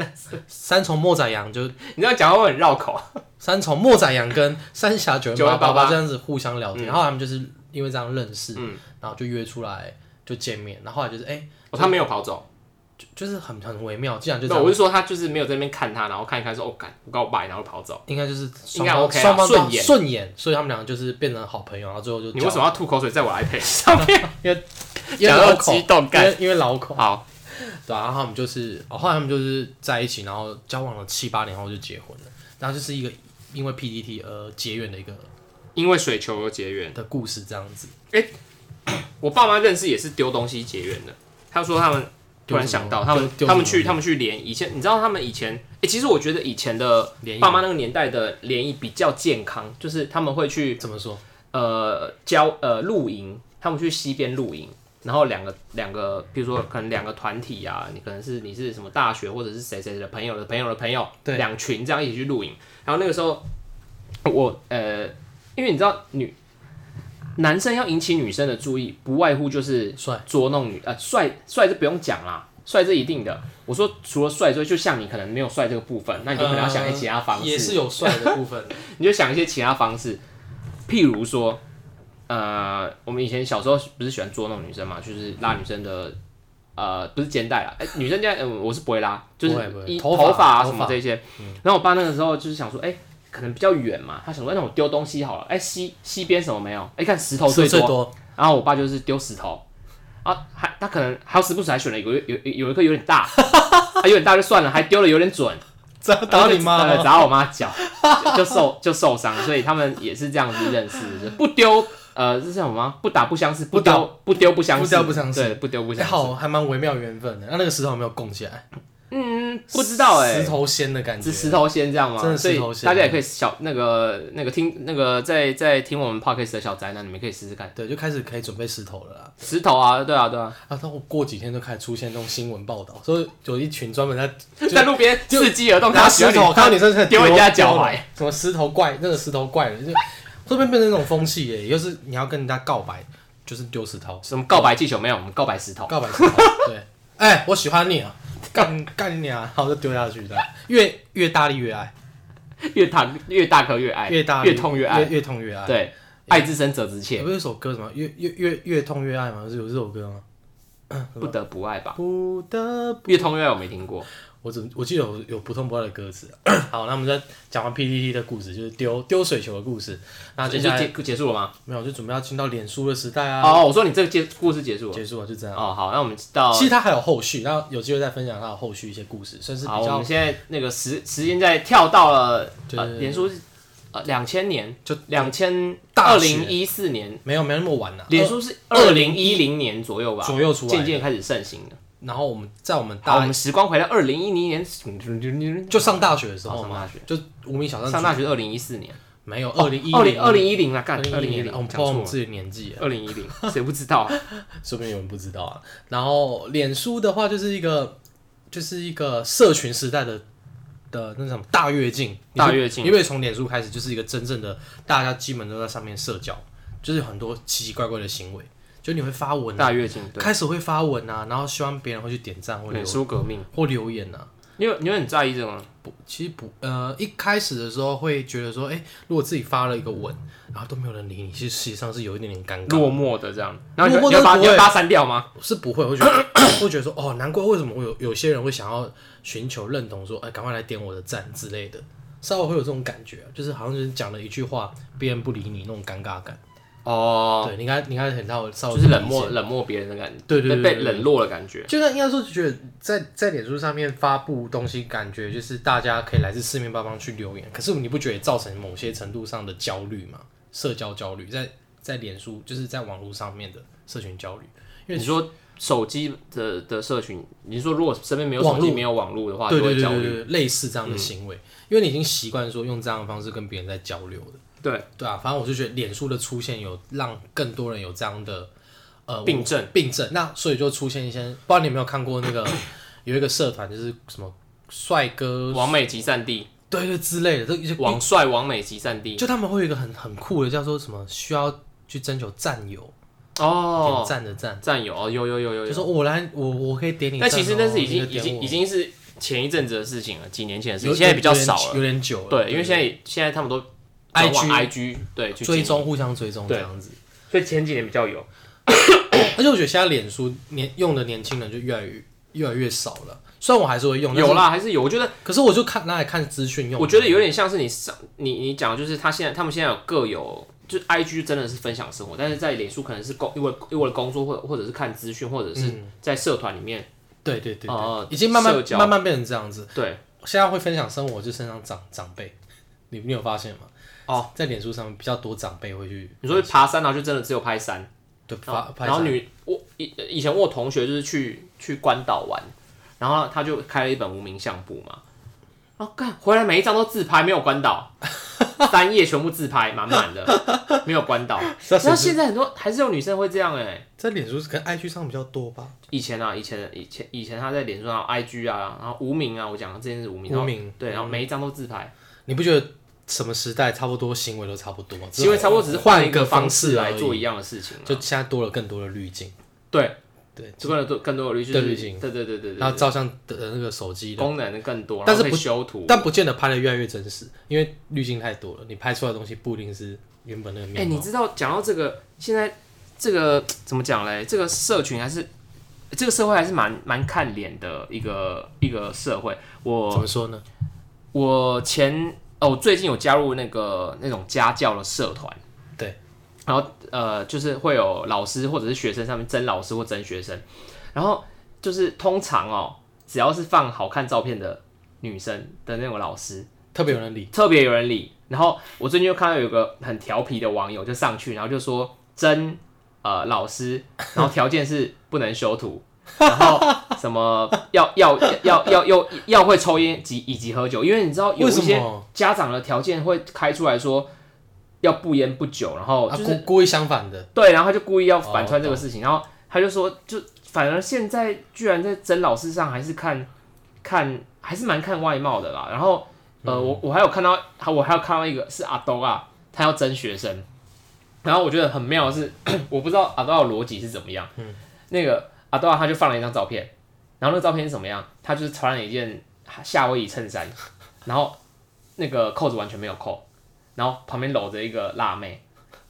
S2: 三重莫仔羊就
S1: 你这样讲话会很绕
S2: (laughs)
S1: 口。
S2: 三重莫仔羊跟三峡九零八八
S1: 9088
S2: 这样子互相
S1: 嗯
S2: 聊天，然后他们就是因为这样认识，然后就约出来就见面，然后后来就是哎、
S1: 哦，他没有跑走。
S2: 就就是很很微妙，竟然就这
S1: 那
S2: 样
S1: 我是说他就是没有在那边看他，然后看一看说哦，干我告白，然后跑走。
S2: 应该就是
S1: 应该
S2: 双方
S1: OK 啦
S2: 双方都
S1: 顺眼
S2: 顺眼，所以他们两个就是变成好朋友，然后最后就
S1: 你为什
S2: 交
S1: 么要吐口水在我 iPad 上
S2: (laughs)
S1: 面？
S2: 因为
S1: 讲到
S2: 老口
S1: 激动
S2: 因
S1: 干
S2: 为因为老口，
S1: 好，
S2: 对啊，然后他们就是，哦，后来他们就是在一起，然后交往了七八年后就结婚了，然后就是一个因为 PDT 而结缘的一个
S1: 因为水球而结缘。
S2: 的故事这样子。
S1: 我爸妈认识也是丢东西结缘的。他说他们突然想到，
S2: 丢
S1: 他
S2: 什么
S1: 们
S2: 丢丢什么
S1: 他们去他们去联谊，以前你知道他们以前，哎、其实我觉得以前的
S2: 联谊
S1: 爸妈那个年代的联谊比较健康，就是他们会去
S2: 怎么说？
S1: 呃郊呃露营，他们去西边露营，然后两个两个，比如说可能两个团体啊，你可能是你是什么大学或者是谁谁的朋友的朋友的朋友，
S2: 对
S1: 两群这样一起去露营。然后那个时候我呃，因为你知道女男生要引起女生的注意，不外乎就是
S2: 帅
S1: 捉弄女呃帅帅是不用讲啦。帅是一定的，我说除了帅之外，就像你可能没哎
S2: 呃
S1: 有帅这个部分，那你就可能要想一些其他方式， (laughs)
S2: 也是有帅的部分。
S1: 你就想一些其他方式。譬如说，呃，我们以前小时候不是喜欢捉弄女生嘛，就是拉女生的，呃，不是肩带啦，哎、女生肩带，嗯、我是不会拉，就是
S2: 不会不会
S1: 一
S2: 头发
S1: 头发啊
S2: 头
S1: 什么
S2: 发
S1: 这些。然后我爸那个时候就是想说，哎、可能比较远嘛，他想说，哎那我丢东西好了，哎、西西边什么没有？哎、看石头
S2: 是
S1: 最
S2: 最
S1: 多，
S2: 多，
S1: 然后我爸就是丢石头，啊，还他可能还有时不时还选了一个有有有一个有点大， (laughs) 啊有点大就算了，还丢了有点准，
S2: 这样 (laughs) 打你妈
S1: 然后就
S2: 吗？
S1: 砸我妈脚，就受就受伤，所以他们也是这样子认识，的，不丢呃是叫什么吗？不打不相识，
S2: 不打
S1: 丢不丢不相
S2: 不
S1: 识，
S2: 丢不相识
S1: 对，不丢不
S2: 哎
S1: 相识，
S2: 好，还蛮微妙缘分的。那那个石头有没有拱起来？
S1: 嗯，不知道哎
S2: 石，头仙的感觉
S1: 是。石头仙这样
S2: 真
S1: 吗？
S2: 的
S1: 所
S2: 石
S1: 以
S2: 头仙
S1: 大家也可以小那个那个听那个在在听我们 podcast 的小宅男，你们可以试试看
S2: 对，就开始可以准备石头了啦。
S1: 石头啊，对啊对啊，
S2: 啊，到过几天就开始出现那种新闻报道，说有一群专门在就
S1: 在路边
S2: 就
S1: 伺机而动，
S2: 拿
S1: 他
S2: 石头，看到女生在
S1: 丢人家脚踝，
S2: 什么石头怪，那个石头怪人，就这边变成一种风气耶，就是你要跟人家告白，就是丢石头，
S1: 什么告白气球没有？我们告白石头。
S2: 告白石头，对，哎、我喜欢你啊，干干你啊，然后就丢下去的，越越大力越爱，
S1: 越大越大颗越爱，
S2: 越大力
S1: 哎越痛越爱。
S2: 越痛越爱。
S1: 对，爱之深责之切，
S2: 有不是有首歌什么越越越越痛越爱吗？是有这首歌吗？
S1: 不得不爱吧。
S2: 不得
S1: 越痛越爱我没听过，
S2: 我只我记得有有不痛不快的歌词。 (coughs) 好，那我们再讲完 PPT 的故事，就是丢丢水球的故事。那接
S1: 就
S2: 下来
S1: 结结束了吗？
S2: 没有，就准备要进到脸书的时代啊，
S1: 哦，我说你这个结故事结束了。
S2: 结束了就这样。
S1: 哦，好，那我们到
S2: 其实它还有后续，那有机会再分享它的后续一些故事，算是
S1: 好，
S2: 比
S1: 我
S2: 较
S1: 们现在那个时时间在跳到了
S2: 对
S1: 呃，
S2: 对对
S1: 连书是呃两千年，
S2: 就
S1: 两千
S2: 大
S1: 二
S2: 学
S1: 零一四年，
S2: 没有没有那么晚了、
S1: 脸书是二零一零年左右吧，
S2: 左右出来
S1: 渐渐开始盛行了。
S2: 然后我们在我们
S1: 好，我
S2: 大
S1: 们时光回到二零一零年，
S2: 就上大学的时候
S1: 上
S2: 嘛
S1: 大学，
S2: 就无名小站
S1: 上大学二零一四年，哦
S2: 没有二零一
S1: 二零二
S2: 零
S1: 零一零啊，干二
S2: 二
S1: 零
S2: 零哦
S1: 一
S2: 一
S1: 零，
S2: 我们
S1: 讲错
S2: 不知道我
S1: 了
S2: 们。自己的年纪啊，
S1: 二零一零，谁不知
S2: (laughs)
S1: 道、啊？
S2: 说不定有人不知道啊。然后脸书的话就是一个就是一个社群时代的的那种大跃进，
S1: 大跃进
S2: 因为从脸书开始就是一个真正的大家基本都在上面社交，就是有很多奇奇怪怪的行为，就你会发文、啊，
S1: 大跃进，对，
S2: 开始会发文啊，然后希望别人会去点赞或留
S1: 脸书革命，
S2: 或留言啊。
S1: 你有你有很在意这种？
S2: 不，其实不，呃，一开始的时候会觉得说，哎、如果自己发了一个文，然后都没有人理你，其实实际上是有一点点尴尬。
S1: 落寞的这样，然后你
S2: 落
S1: 会你
S2: 寞
S1: 要把
S2: 都不
S1: 你
S2: 会
S1: 要把它删掉吗？
S2: 是不会，会觉得 (coughs) 会觉得说，哦，难怪为什么会有有些人会想要寻求认同，说，哎、赶快来点我的赞之类的，稍微会有这种感觉，啊就是好像就是讲了一句话，别人不理你那种尴尬感。
S1: 哦，
S2: 对，你应该你应该很到稍微
S1: 就是冷
S2: 理
S1: 漠
S2: 解，
S1: 冷漠别人的感觉，
S2: 对对对
S1: 被
S2: 对
S1: 被
S2: 对
S1: 冷落的感觉。
S2: 就像应该说觉得在在脸书上面发布东西，感觉就是大家可以来自四面八方去留言，可是你不觉得也造成某些程度上的焦虑吗？社交焦虑，在在脸书就是在网络上面的社群焦虑，因为
S1: 你说手机的的社群，你说如果身边没有
S2: 网
S1: 手
S2: 络
S1: 机没有网络的话，
S2: 对
S1: 就会
S2: 对对
S1: 焦
S2: 对
S1: 虑。
S2: 对，嗯类似这样的行为，因为你已经习惯说用这样的方式跟别人在交流了。
S1: 对，
S2: 对啊，反正我就觉得脸书的出现有让更多人有这样的呃
S1: 病症
S2: 病症，那所以就出现一些，不知道你有没有看过那个有一个社团就是什么帅哥，
S1: 王美集散地，
S2: 对对之类的，这一些
S1: 王帅王美集散地。
S2: 就他们会有一个很很酷的叫做什么需要去征求战友，点
S1: 哦，
S2: 赞的赞，
S1: 战友，哦，有有有有
S2: 就
S1: 有。
S2: 说我来我我可以点你赞
S1: 但
S2: 哦，
S1: 其实那是已经
S2: 你可
S1: 已
S2: 以点
S1: 经
S2: 我
S1: 已经是前一阵子的事情了，几年前的事
S2: 有
S1: 情，现在比较少
S2: 有
S1: 了。
S2: 点有点久了，
S1: 对，因为现在现在他们都转往 IG 对去
S2: 追
S1: 经营，
S2: 踪互相追踪这
S1: 对
S2: 样子。
S1: 所以前几年比较有。
S2: 而且我觉得现在脸书年用的年轻人就越来越越来越少了。虽然我还是会用，
S1: 有
S2: 但是，
S1: 啦，还是有。我觉得，
S2: 可是我就看拿来看资讯用。
S1: 我觉得有点像是你上你你讲，就是他现在他们现在有各有，就是 I G 真的是分享生活，但是在脸书可能是工因为因为工作或或者是看资讯，或者是
S2: 嗯
S1: 在社团里面，
S2: 对对对对，
S1: 哦
S2: 已经慢慢
S1: 社交
S2: 慢慢变成这样子。
S1: 对，
S2: 现在会分享生活，就身上长长辈，你你有发现吗？
S1: 哦，
S2: 在脸书上面比较多长辈会去
S1: 你说爬山然后就真的只有拍山，
S2: 对
S1: 然
S2: 发
S1: 后哦
S2: 拍
S1: 然后
S2: 照，
S1: 女我以以前我有同学就是去去关岛玩，然后他就开了一本无名相簿嘛，然后干回来每一张都自拍，没有关岛， (laughs) 三页全部自拍满满的，没有关岛。
S2: 那
S1: 然后
S2: 是
S1: 现在很多还是有女生会这样哎、
S2: 在脸书跟 IG 上比较多吧？
S1: 以前啊，以前以前以前他在脸书上、IG 啊，然后无名啊，我讲的这件事无名，然
S2: 无
S1: 后
S2: 名，嗯
S1: 对，然后每一张都自拍，
S2: 你不觉得什么时代差不多行为都差不多吗？
S1: 因为差不多只是
S2: 换
S1: 一个
S2: 方
S1: 式来做
S2: 而已，
S1: 一样的事情啊、
S2: 就现在多了更多的滤镜，
S1: 对，
S2: 对，
S1: 就更多更多的滤镜，
S2: 对滤镜
S1: 对对对对
S2: 然
S1: 对
S2: 后照相的那个手
S1: 对，
S2: 机
S1: 功能更多，
S2: 但是
S1: 然后可以修图，
S2: 但不见得拍的越来越真实，因为滤镜太多了，你拍出来的东西不一定是原本那个
S1: 哎、
S2: 面
S1: 你
S2: 貌。
S1: 知道讲到这个，现在这个怎么讲嘞？这个社群还是这个社会还是蛮蛮看脸的一个一个社会。
S2: 怎
S1: 我
S2: 么说呢？
S1: 我前哦，我最近有加入那个那种家教的社团，
S2: 对，
S1: 然后呃，就是会有老师或者是学生上面争老师或争学生，然后就是通常哦，只要是放好看照片的女生的那种老师，
S2: 特别有人理，
S1: 特别有人理。然后我最近又看到有个很调皮的网友就上去，然后就说真呃老师，然后条件是不能修图， (laughs) 然后什么要要要要要要会抽烟及以及喝酒，因为你知道有
S2: 为
S1: 一
S2: 什
S1: 些
S2: 么？
S1: 家长的条件会开出来说要不烟不酒，然后
S2: 啊，
S1: 就是、
S2: 故故意相反的，
S1: 对，然后他就故意要
S2: 哦
S1: 反串这个事情，然后他就说就反而现在居然在真老师上还是看看还是蛮看外貌的啦，然后。呃，我我还有看到，还我还有看到一个是阿东啊，他要争学生，然后我觉得很妙的是， (clears throat) 我不知道阿东的逻辑是怎么样。嗯，那个阿东啊，他就放了一张照片，然后那个照片是怎么样？他就是穿了一件夏威夷衬衫，然后那个扣子完全没有扣，然后旁边搂着一个辣妹。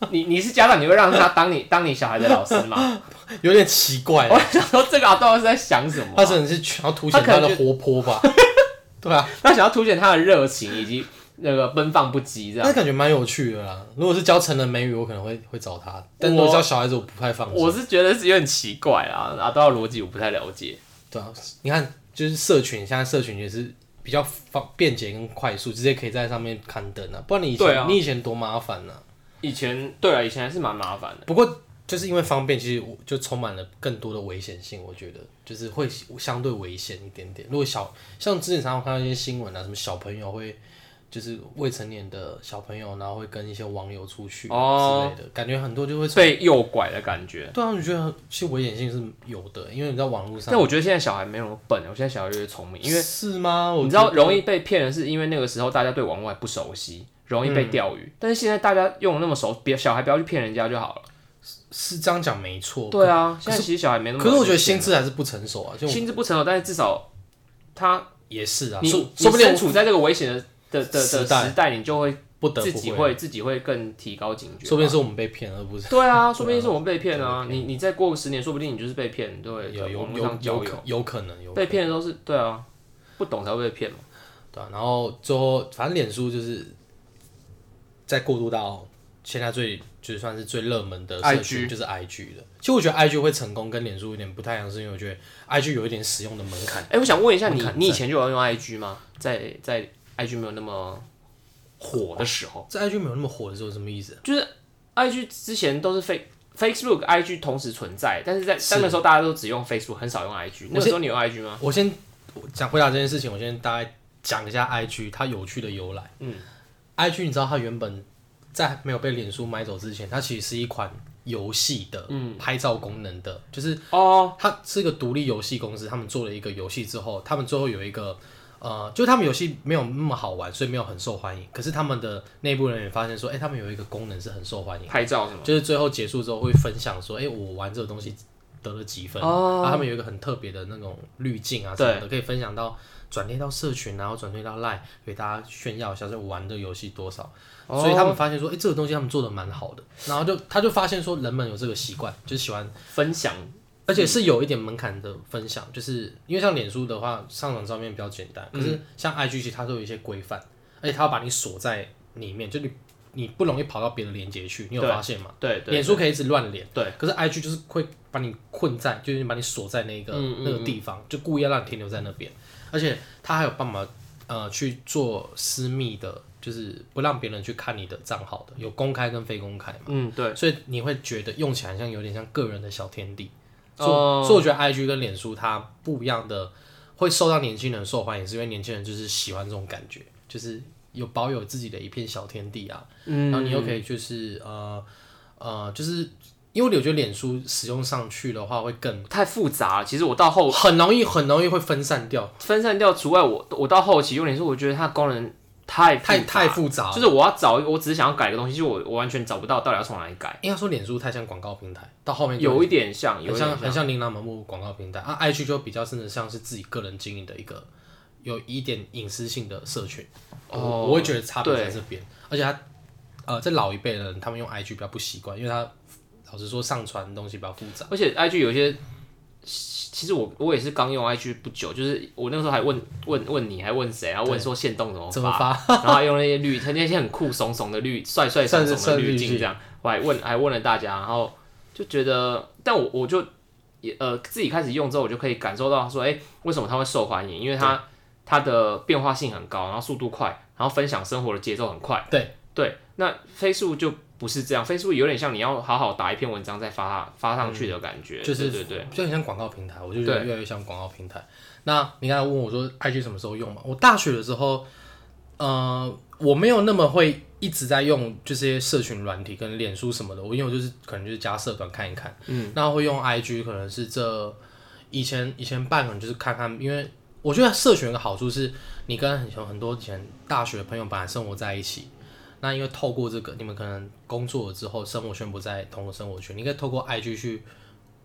S1: 你你是家长，你会让他当你 (laughs) 当你小孩的老师吗？ (laughs)
S2: 有点奇怪
S1: 我。想说这个阿东是在想什么啊、
S2: 他真的是想要凸显
S1: 哦他可
S2: 他
S1: 能
S2: 的活泼
S1: (laughs)
S2: 吧？对啊，
S1: 他想要凸显他的热情以及那个奔放不羁这样
S2: 那。感觉蛮有趣的啦。如果是教成人美语，我可能会会找他，但如果
S1: 我
S2: 教小孩子，我不太放心。
S1: 我是觉得是有点奇怪啊啦，阿道的逻辑我不太了解。
S2: 对啊，你看，就是社群，现在社群也是比较方便捷跟快速，直接可以在上面刊登啊。不然你以前、
S1: 对啊
S2: 你以前多麻烦啊。
S1: 以前对啊，以前还是蛮麻烦的。
S2: 不过就是因为方便，其实我就充满了更多的危险性。我觉得就是会相对危险一点点。如果小像之前常常看到一些新闻啊，什么小朋友会就是未成年的小朋友，然后会跟一些网友出去之
S1: 哦
S2: 类的，感觉很多就会
S1: 被诱拐的感觉。
S2: 对啊，我觉得其实危险性是有的，因为你在网络上
S1: 但我觉得现在小孩没有那么笨，我现在小孩越来越聪明，因为
S2: 是吗？我
S1: 你知道容
S2: 易
S1: 易被骗的是因为那个时候大家对网络还不熟悉，容易被
S2: 嗯
S1: 钓鱼。但是现在大家用得那么熟，别小孩不要去骗人家就好了。
S2: 是这样讲没错，
S1: 对啊，现在其实小孩没那么。
S2: 可是我觉得心智还是不成熟啊，就
S1: 心智不成哦熟，但是至少他
S2: 也是啊，
S1: 你
S2: 说
S1: 你
S2: 说不定
S1: 身处在这个危险的的的
S2: 时
S1: 的
S2: 代
S1: 时代，你就会
S2: 不得
S1: 自
S2: 不
S1: 己
S2: 会，啊
S1: 会自己会更提高警觉吧。啊
S2: 说不定是我们被骗，而不是
S1: 对啊，说不定是我们被骗啊！你你再过个十年，说不定你就是被骗，对，
S2: 有有
S1: 网络
S2: 有
S1: 上交
S2: 有
S1: 友
S2: 可有可能有可
S1: 被
S2: 能
S1: 骗的都是对啊，不懂才会被骗嘛。
S2: 对啊，然后最后反正脸书就是再过渡到现在最就是算是最热门的社群就是 IG 的。其实我觉得 IG 会成功跟脸书有点不太一样，是因为我觉得 IG 有一点使用的门槛。
S1: 哎，我想问一下你
S2: 门，槛
S1: 你以前就有用 IG 吗？在在 IG 没有那么火
S2: 哦
S1: 的时候，
S2: 在 IG 没有那么火的时候，什么意思？
S1: 就是 IG 之前都是 Face Facebook、IG 同时存在，但是在
S2: 是
S1: 但那时候大家都只用 Facebook，很少用 IG。那个时候你有 IG 吗？
S2: 我先讲回答这件事情，我先大概讲一下 IG 它有趣的由来。嗯，IG 你知道它原本在没有被脸书买走之前，它其实是一款游戏的拍照功能的，就是
S1: 嗯哦，
S2: 它是一个独立游戏公司，他们做了一个游戏之后，他们最后有一个。呃，就他们游戏没有那么好玩，所以没有很受欢迎。可是他们的内部人员发现说，哎、他们有一个功能是很受欢迎的，
S1: 拍照什么？
S2: 就是最后结束之后会分享说，哎、我玩这个东西得了几分，
S1: 哦
S2: 然后他们有一个很特别的那种滤镜啊什么的，可以分享到转贴到社群，啊然后转贴到 Line 给大家炫耀一下，说我玩的游戏多少。所以他
S1: 哦
S2: 们发现说，哎、这个东西他们做的蛮好的，然后就他就发现说，人们有这个习惯，就是喜欢，
S1: 分享
S2: 而且是有一点门槛的分享，就是因为像脸书的话，上传照片比较简单，可是
S1: 嗯
S2: 像 IG 其实它都有一些规范，而且它要把你锁在里面，就你你不容易跑到别的链接去，你有
S1: 对
S2: 发现吗？
S1: 对对
S2: 脸书可以一直乱连，
S1: 对，
S2: 可是 IG 就是会把你困在，就是把你锁在那个、
S1: 嗯嗯
S2: 那个地方，就故意要让你停留在那边，而且他还有办法呃去做私密的，就是不让别人去看你的账号的，有公开跟非公开，
S1: 嗯对
S2: 所以你会觉得用起来像有点像个人的小天地，所以、
S1: 哦
S2: 所以我觉得 IG 跟脸书它不一样的，会受到年轻人受欢迎，是因为年轻人就是喜欢这种感觉，就是有保有自己的一片小天地啊，然后
S1: 嗯
S2: 你又可以就是呃呃，就是因为我觉得脸书使用上去的话会更
S1: 太复杂了。其实我到后
S2: 很容易很容易会分散掉，
S1: 分散掉除外，我我到后期用脸书，我觉得它的功能太复杂
S2: 太太复杂了。
S1: 就是我要找，我只是想要改一个东西，就我我完全找不到到底要从哪里改，
S2: 应该说脸书太像广告平台，到后面就
S1: 有一点像，有
S2: 哦很
S1: 一
S2: 像
S1: 点
S2: 很像琳琅满目广告平台啊，IG 就比较甚至像是自己个人经营的一个有一点隐私性的社群，
S1: 哦
S2: 我我会觉得差别在
S1: 对
S2: 这边，而且它呃，在老一辈的人，他们用 IG 比较不习惯，因为他老实说上传的东西比较复杂。
S1: 而且 IG 有一些，其实我我也是刚用 IG 不久，就是我那时候还问问问你，还问谁，然后问说线动怎么
S2: 怎么
S1: 发，
S2: 发？
S1: 然后还用那些滤，那些很酷怂怂的滤，帅帅怂怂
S2: 算
S1: 的
S2: 是
S1: 滤
S2: 算滤
S1: 镜
S2: 镜
S1: 这样，我还问还问了大家，然后就觉得，但我我就也呃自己开始用之后，我就可以感受到说，哎、为什么它会受欢迎？因为它它的变化性很高，然后速度快，然后分享生活的节奏很快。
S2: 对
S1: 对，那 Facebook 就不是这样，Facebook 有点像你要好好打一篇文章再发它发上去的感觉，
S2: 嗯就是
S1: 对对对，
S2: 就很像广告平台，我就觉得
S1: 对
S2: 越来越像广告平台。那你刚才问我说 IG 什么时候用嘛？我大学的时候，呃，我没有那么会一直在用这些社群软体跟脸书什么的，我因为我就是可能就是加社团看一看，嗯，那会用 IG 可能是这以前以前办可能就是看看，因为我觉得社群有个好处是，你跟很很多以前大学朋友本来生活在一起。那因为透过这个，你们可能工作了之后，生活圈不在同个生活圈，你可以透过 IG 去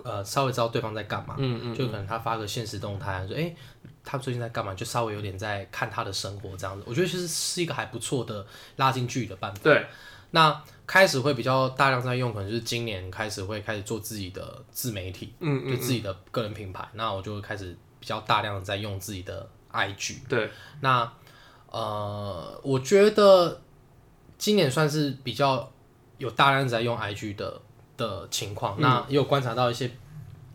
S2: 呃稍微知道对方在干嘛，嗯嗯，就可能他发个现实动态，说哎、诶他最近在干嘛，就稍微有点在看他的生活这样子。我觉得其实是一个还不错的拉近距离的办法。
S1: 对，
S2: 那开始会比较大量在用，可能就是今年开始会开始做自己的自媒体，
S1: 嗯
S2: 就自己的个人品牌。那我就会开始比较大量的在用自己的 IG，
S1: 对，
S2: 那呃，我觉得今年算是比较有大量在用 IG 的的情
S1: 嗯
S2: 况，那也有观察到一些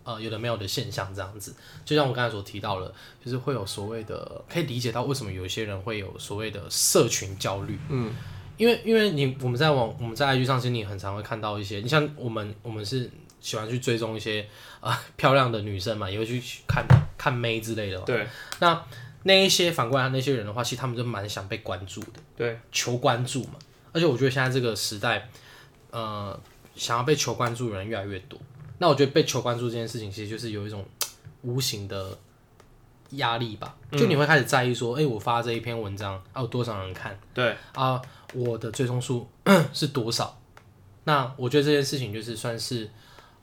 S2: 呃有的没有的现象，这样子。就像我刚才所提到了，就是会有所谓的，可以理解到为什么有一些人会有所谓的社群焦虑，
S1: 嗯，
S2: 因为因为你我们在网我们在 IG 上，其实你很常会看到一些，你像我们我们是喜欢去追踪一些啊、呃 (laughs) 漂亮的女生嘛，也会去看看妹之类的嘛，
S1: 对
S2: 那那一些反过来那些人的话，其实他们就蛮想被关注的，
S1: 对，
S2: 求关注嘛。而且我觉得现在这个时代，呃，想要被求关注的人越来越多。那我觉得被求关注这件事情，其实就是有一种嘖无形的压力吧。就你会开始在意说，哎、我发这一篇文章啊，有多少人看
S1: 对，
S2: 啊？我的追踪数 (clears throat) 是多少？那我觉得这件事情就是算是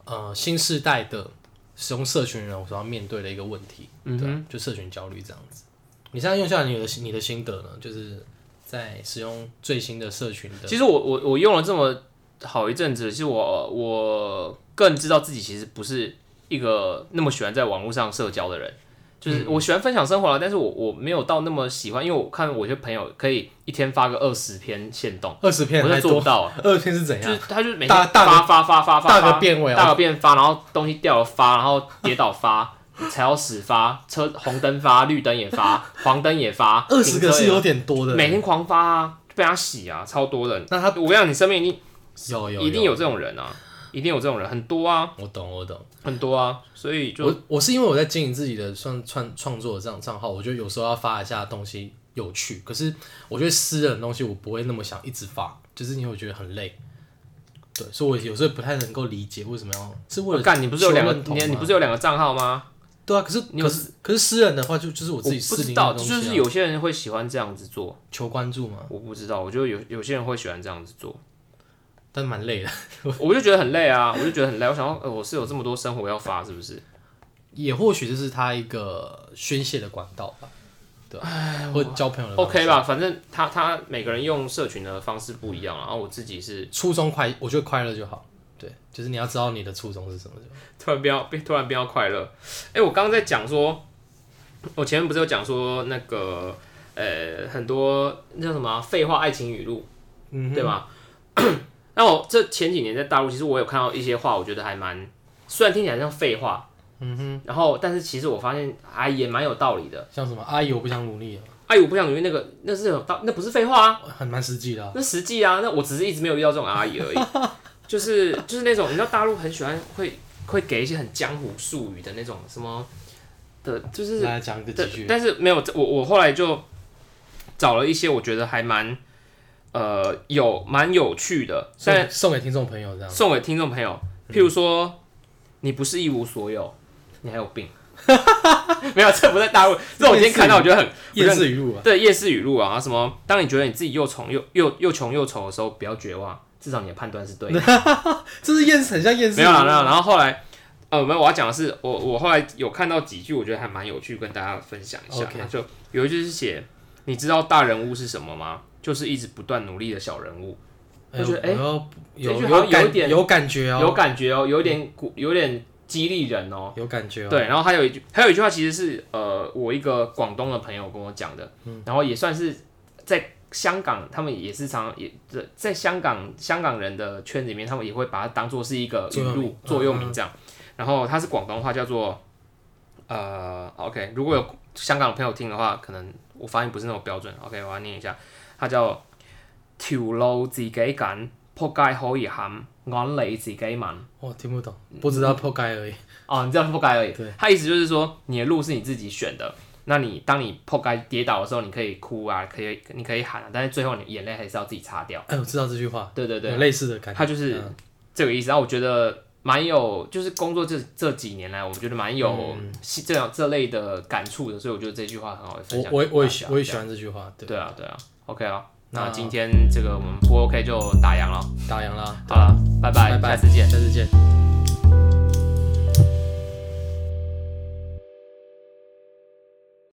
S2: 呃新时代的使用社群人我所要面对的一个问题。
S1: 嗯
S2: 对，啊就社群焦虑这样子。你现在用下来你的你的心得呢？就是在使用最新的社群的，
S1: 其实我我我用了这么好一阵子，其实我我更知道自己其实不是一个那么喜欢在网络上社交的人。
S2: 嗯
S1: 就是我喜欢分享生活了，但是我我没有到那么喜欢，因为我看我有些朋友可以一天发个二十篇限动，
S2: 二十片
S1: 我
S2: 还
S1: 就做
S2: 多
S1: 不，到啊。
S2: 二十片是怎
S1: 就是
S2: 样？
S1: 他就是每天
S2: 大大
S1: 发发发发发
S2: 大
S1: 发
S2: 个变位
S1: 大
S2: 啊！
S1: 个便发，然后东西掉了发，然后跌倒发，踩到屎发，车红灯发，绿灯也发，黄灯也发，
S2: (laughs) 二十个
S1: 停车
S2: 是
S1: 也
S2: 有点多的，
S1: 每天狂发啊，被他洗啊，超多人。
S2: 那他
S1: 他我跟你讲，你身边一定
S2: 有有
S1: 一定有这种人啊，一定有这种人，很多啊，
S2: 我懂我懂。
S1: 很多啊，所以就
S2: 我我是因为我在经营自己的创创创作的这样账号，我觉得有时候要发一下东西有趣，可是我觉得私人的东西我不会那么想一直发，就是因为我觉得很累。对，所以我有时候不太能够理解为什么要是为了
S1: 干，你不是有两个
S2: 求认同啊
S1: 你你
S2: 吗
S1: 不是有两个账号吗？
S2: 对啊，可是
S1: 你有
S2: 可是可是私人的话就，就是我
S1: 我
S2: 自己
S1: 不
S2: 私
S1: 知
S2: 领
S1: 道，
S2: 的东
S1: 就
S2: 西、啊，
S1: 是有些人会喜欢这样子做，
S2: 求关注嘛，
S1: 我不知道，我觉得有有些人会喜欢这样子
S2: (laughs)
S1: 做，
S2: 但蛮累的，
S1: 我就觉得很累啊，我就觉得很累，我想说，呃，我是有这么多生活要发，是
S2: (laughs)
S1: 不是？
S2: 也或许这是他一个宣泄的管道吧，对吧、啊或者交朋友的方式
S1: OK 吧，反正他他每个人用社群的方式不一样啊，然后我自己是
S2: 初衷快，我觉得快乐就好，对，就是你要知道你的初衷是什么就好。
S1: (laughs) 突然变要变突然变要快乐。哎、我刚刚在讲说，我前面不是有讲说那个呃很多那叫什么啊废话爱情语录，
S2: 嗯
S1: 对吧？ (clears throat) 那我这前几年在大陆，其实我有看到一些话，我觉得还蛮虽然听起来像废话，嗯哼，然后但是其实我发现还也蛮有道理的。
S2: 像什么阿姨我不想努力了，
S1: 哎，我不想努力那个，那是有道，那不是废话啊，
S2: 很蛮实际的啊、
S1: 那实际啊，那我只是一直没有遇到这种阿姨
S2: (laughs)
S1: 而已，就是就是那种你知道大陆很喜欢会会给一些很江湖术语的那种什么的，就是
S2: 来讲个
S1: 对
S2: 几，句，
S1: 但是没有我我后来就找了一些我觉得还蛮呃有蛮有趣的，
S2: 送
S1: 但
S2: 给嗯送给听众朋友这样。
S1: 送给听众朋友，譬如说你不是一无所有，你还有病， (laughs) 没有这不在大陆，这我今天看到我觉得很
S2: 夜市语录啊，
S1: 对夜市语录啊，什么？当你觉得你自己又穷又又又穷又丑的时候，不要绝望，至少你的判断是对的。
S2: 这是夜市，很像夜市。
S1: 没有啦，没有啦。然后后来，呃，没有，我要讲的是，我我后来有看到几句，我觉得还蛮有趣，跟大家分享一下。
S2: OK
S1: 就有一句是写，你知道大人物是什么吗？就是一直不断努力的小人物。就觉得哎
S2: 呦呦有
S1: 这句好像有
S2: 感
S1: 点
S2: 有感觉
S1: 有
S2: 哦，
S1: 感觉哦，有点鼓，有点激励人哦。
S2: 有感觉哦。
S1: 对，然后还有一句，还有一句话其实是呃，我一个广东的朋友跟我讲的，
S2: 嗯
S1: 然后也算是在香港，他们也是常也在在香港香港人的圈子里面，他们也会把它当做是一个语
S2: 座右铭
S1: 录
S2: 嗯
S1: 座右铭这样。然后它是广东话，叫做呃，OK，如果有香港的朋友听的话，可能我发音不是那么标准，OK，我要念一下，它叫條路自己揀，仆街可以喊，按你自己問。
S2: 我听不懂，不知道破盖而已。
S1: 哦，你这样破盖而已。
S2: 对，
S1: 他意思就是说，你的路是你自己选的。那你当你破盖跌倒的时候，你可以哭啊，可以你可以喊啊，但是最后你眼泪还是要自己擦掉。
S2: 哎，我知道这句话，
S1: 对对
S2: 有
S1: 对，
S2: 类似的感觉。
S1: 他就是
S2: 嗯
S1: 这个意思。然后我觉得蛮有，就是工作这这几年来，我觉得蛮有
S2: 嗯
S1: 这这样这类的感触的，所以我觉得这句话很好分
S2: 我
S1: 享给大家。
S2: 我也我也喜我也喜
S1: 欢。
S2: 欢这句话，对，
S1: 对啊，对啊，OK 啊。那
S2: 那
S1: 今天这个我们不 OK 就打烊了。
S2: 打烊啦，
S1: 好了，拜拜，
S2: 拜拜
S1: 下次见。
S2: 下次见。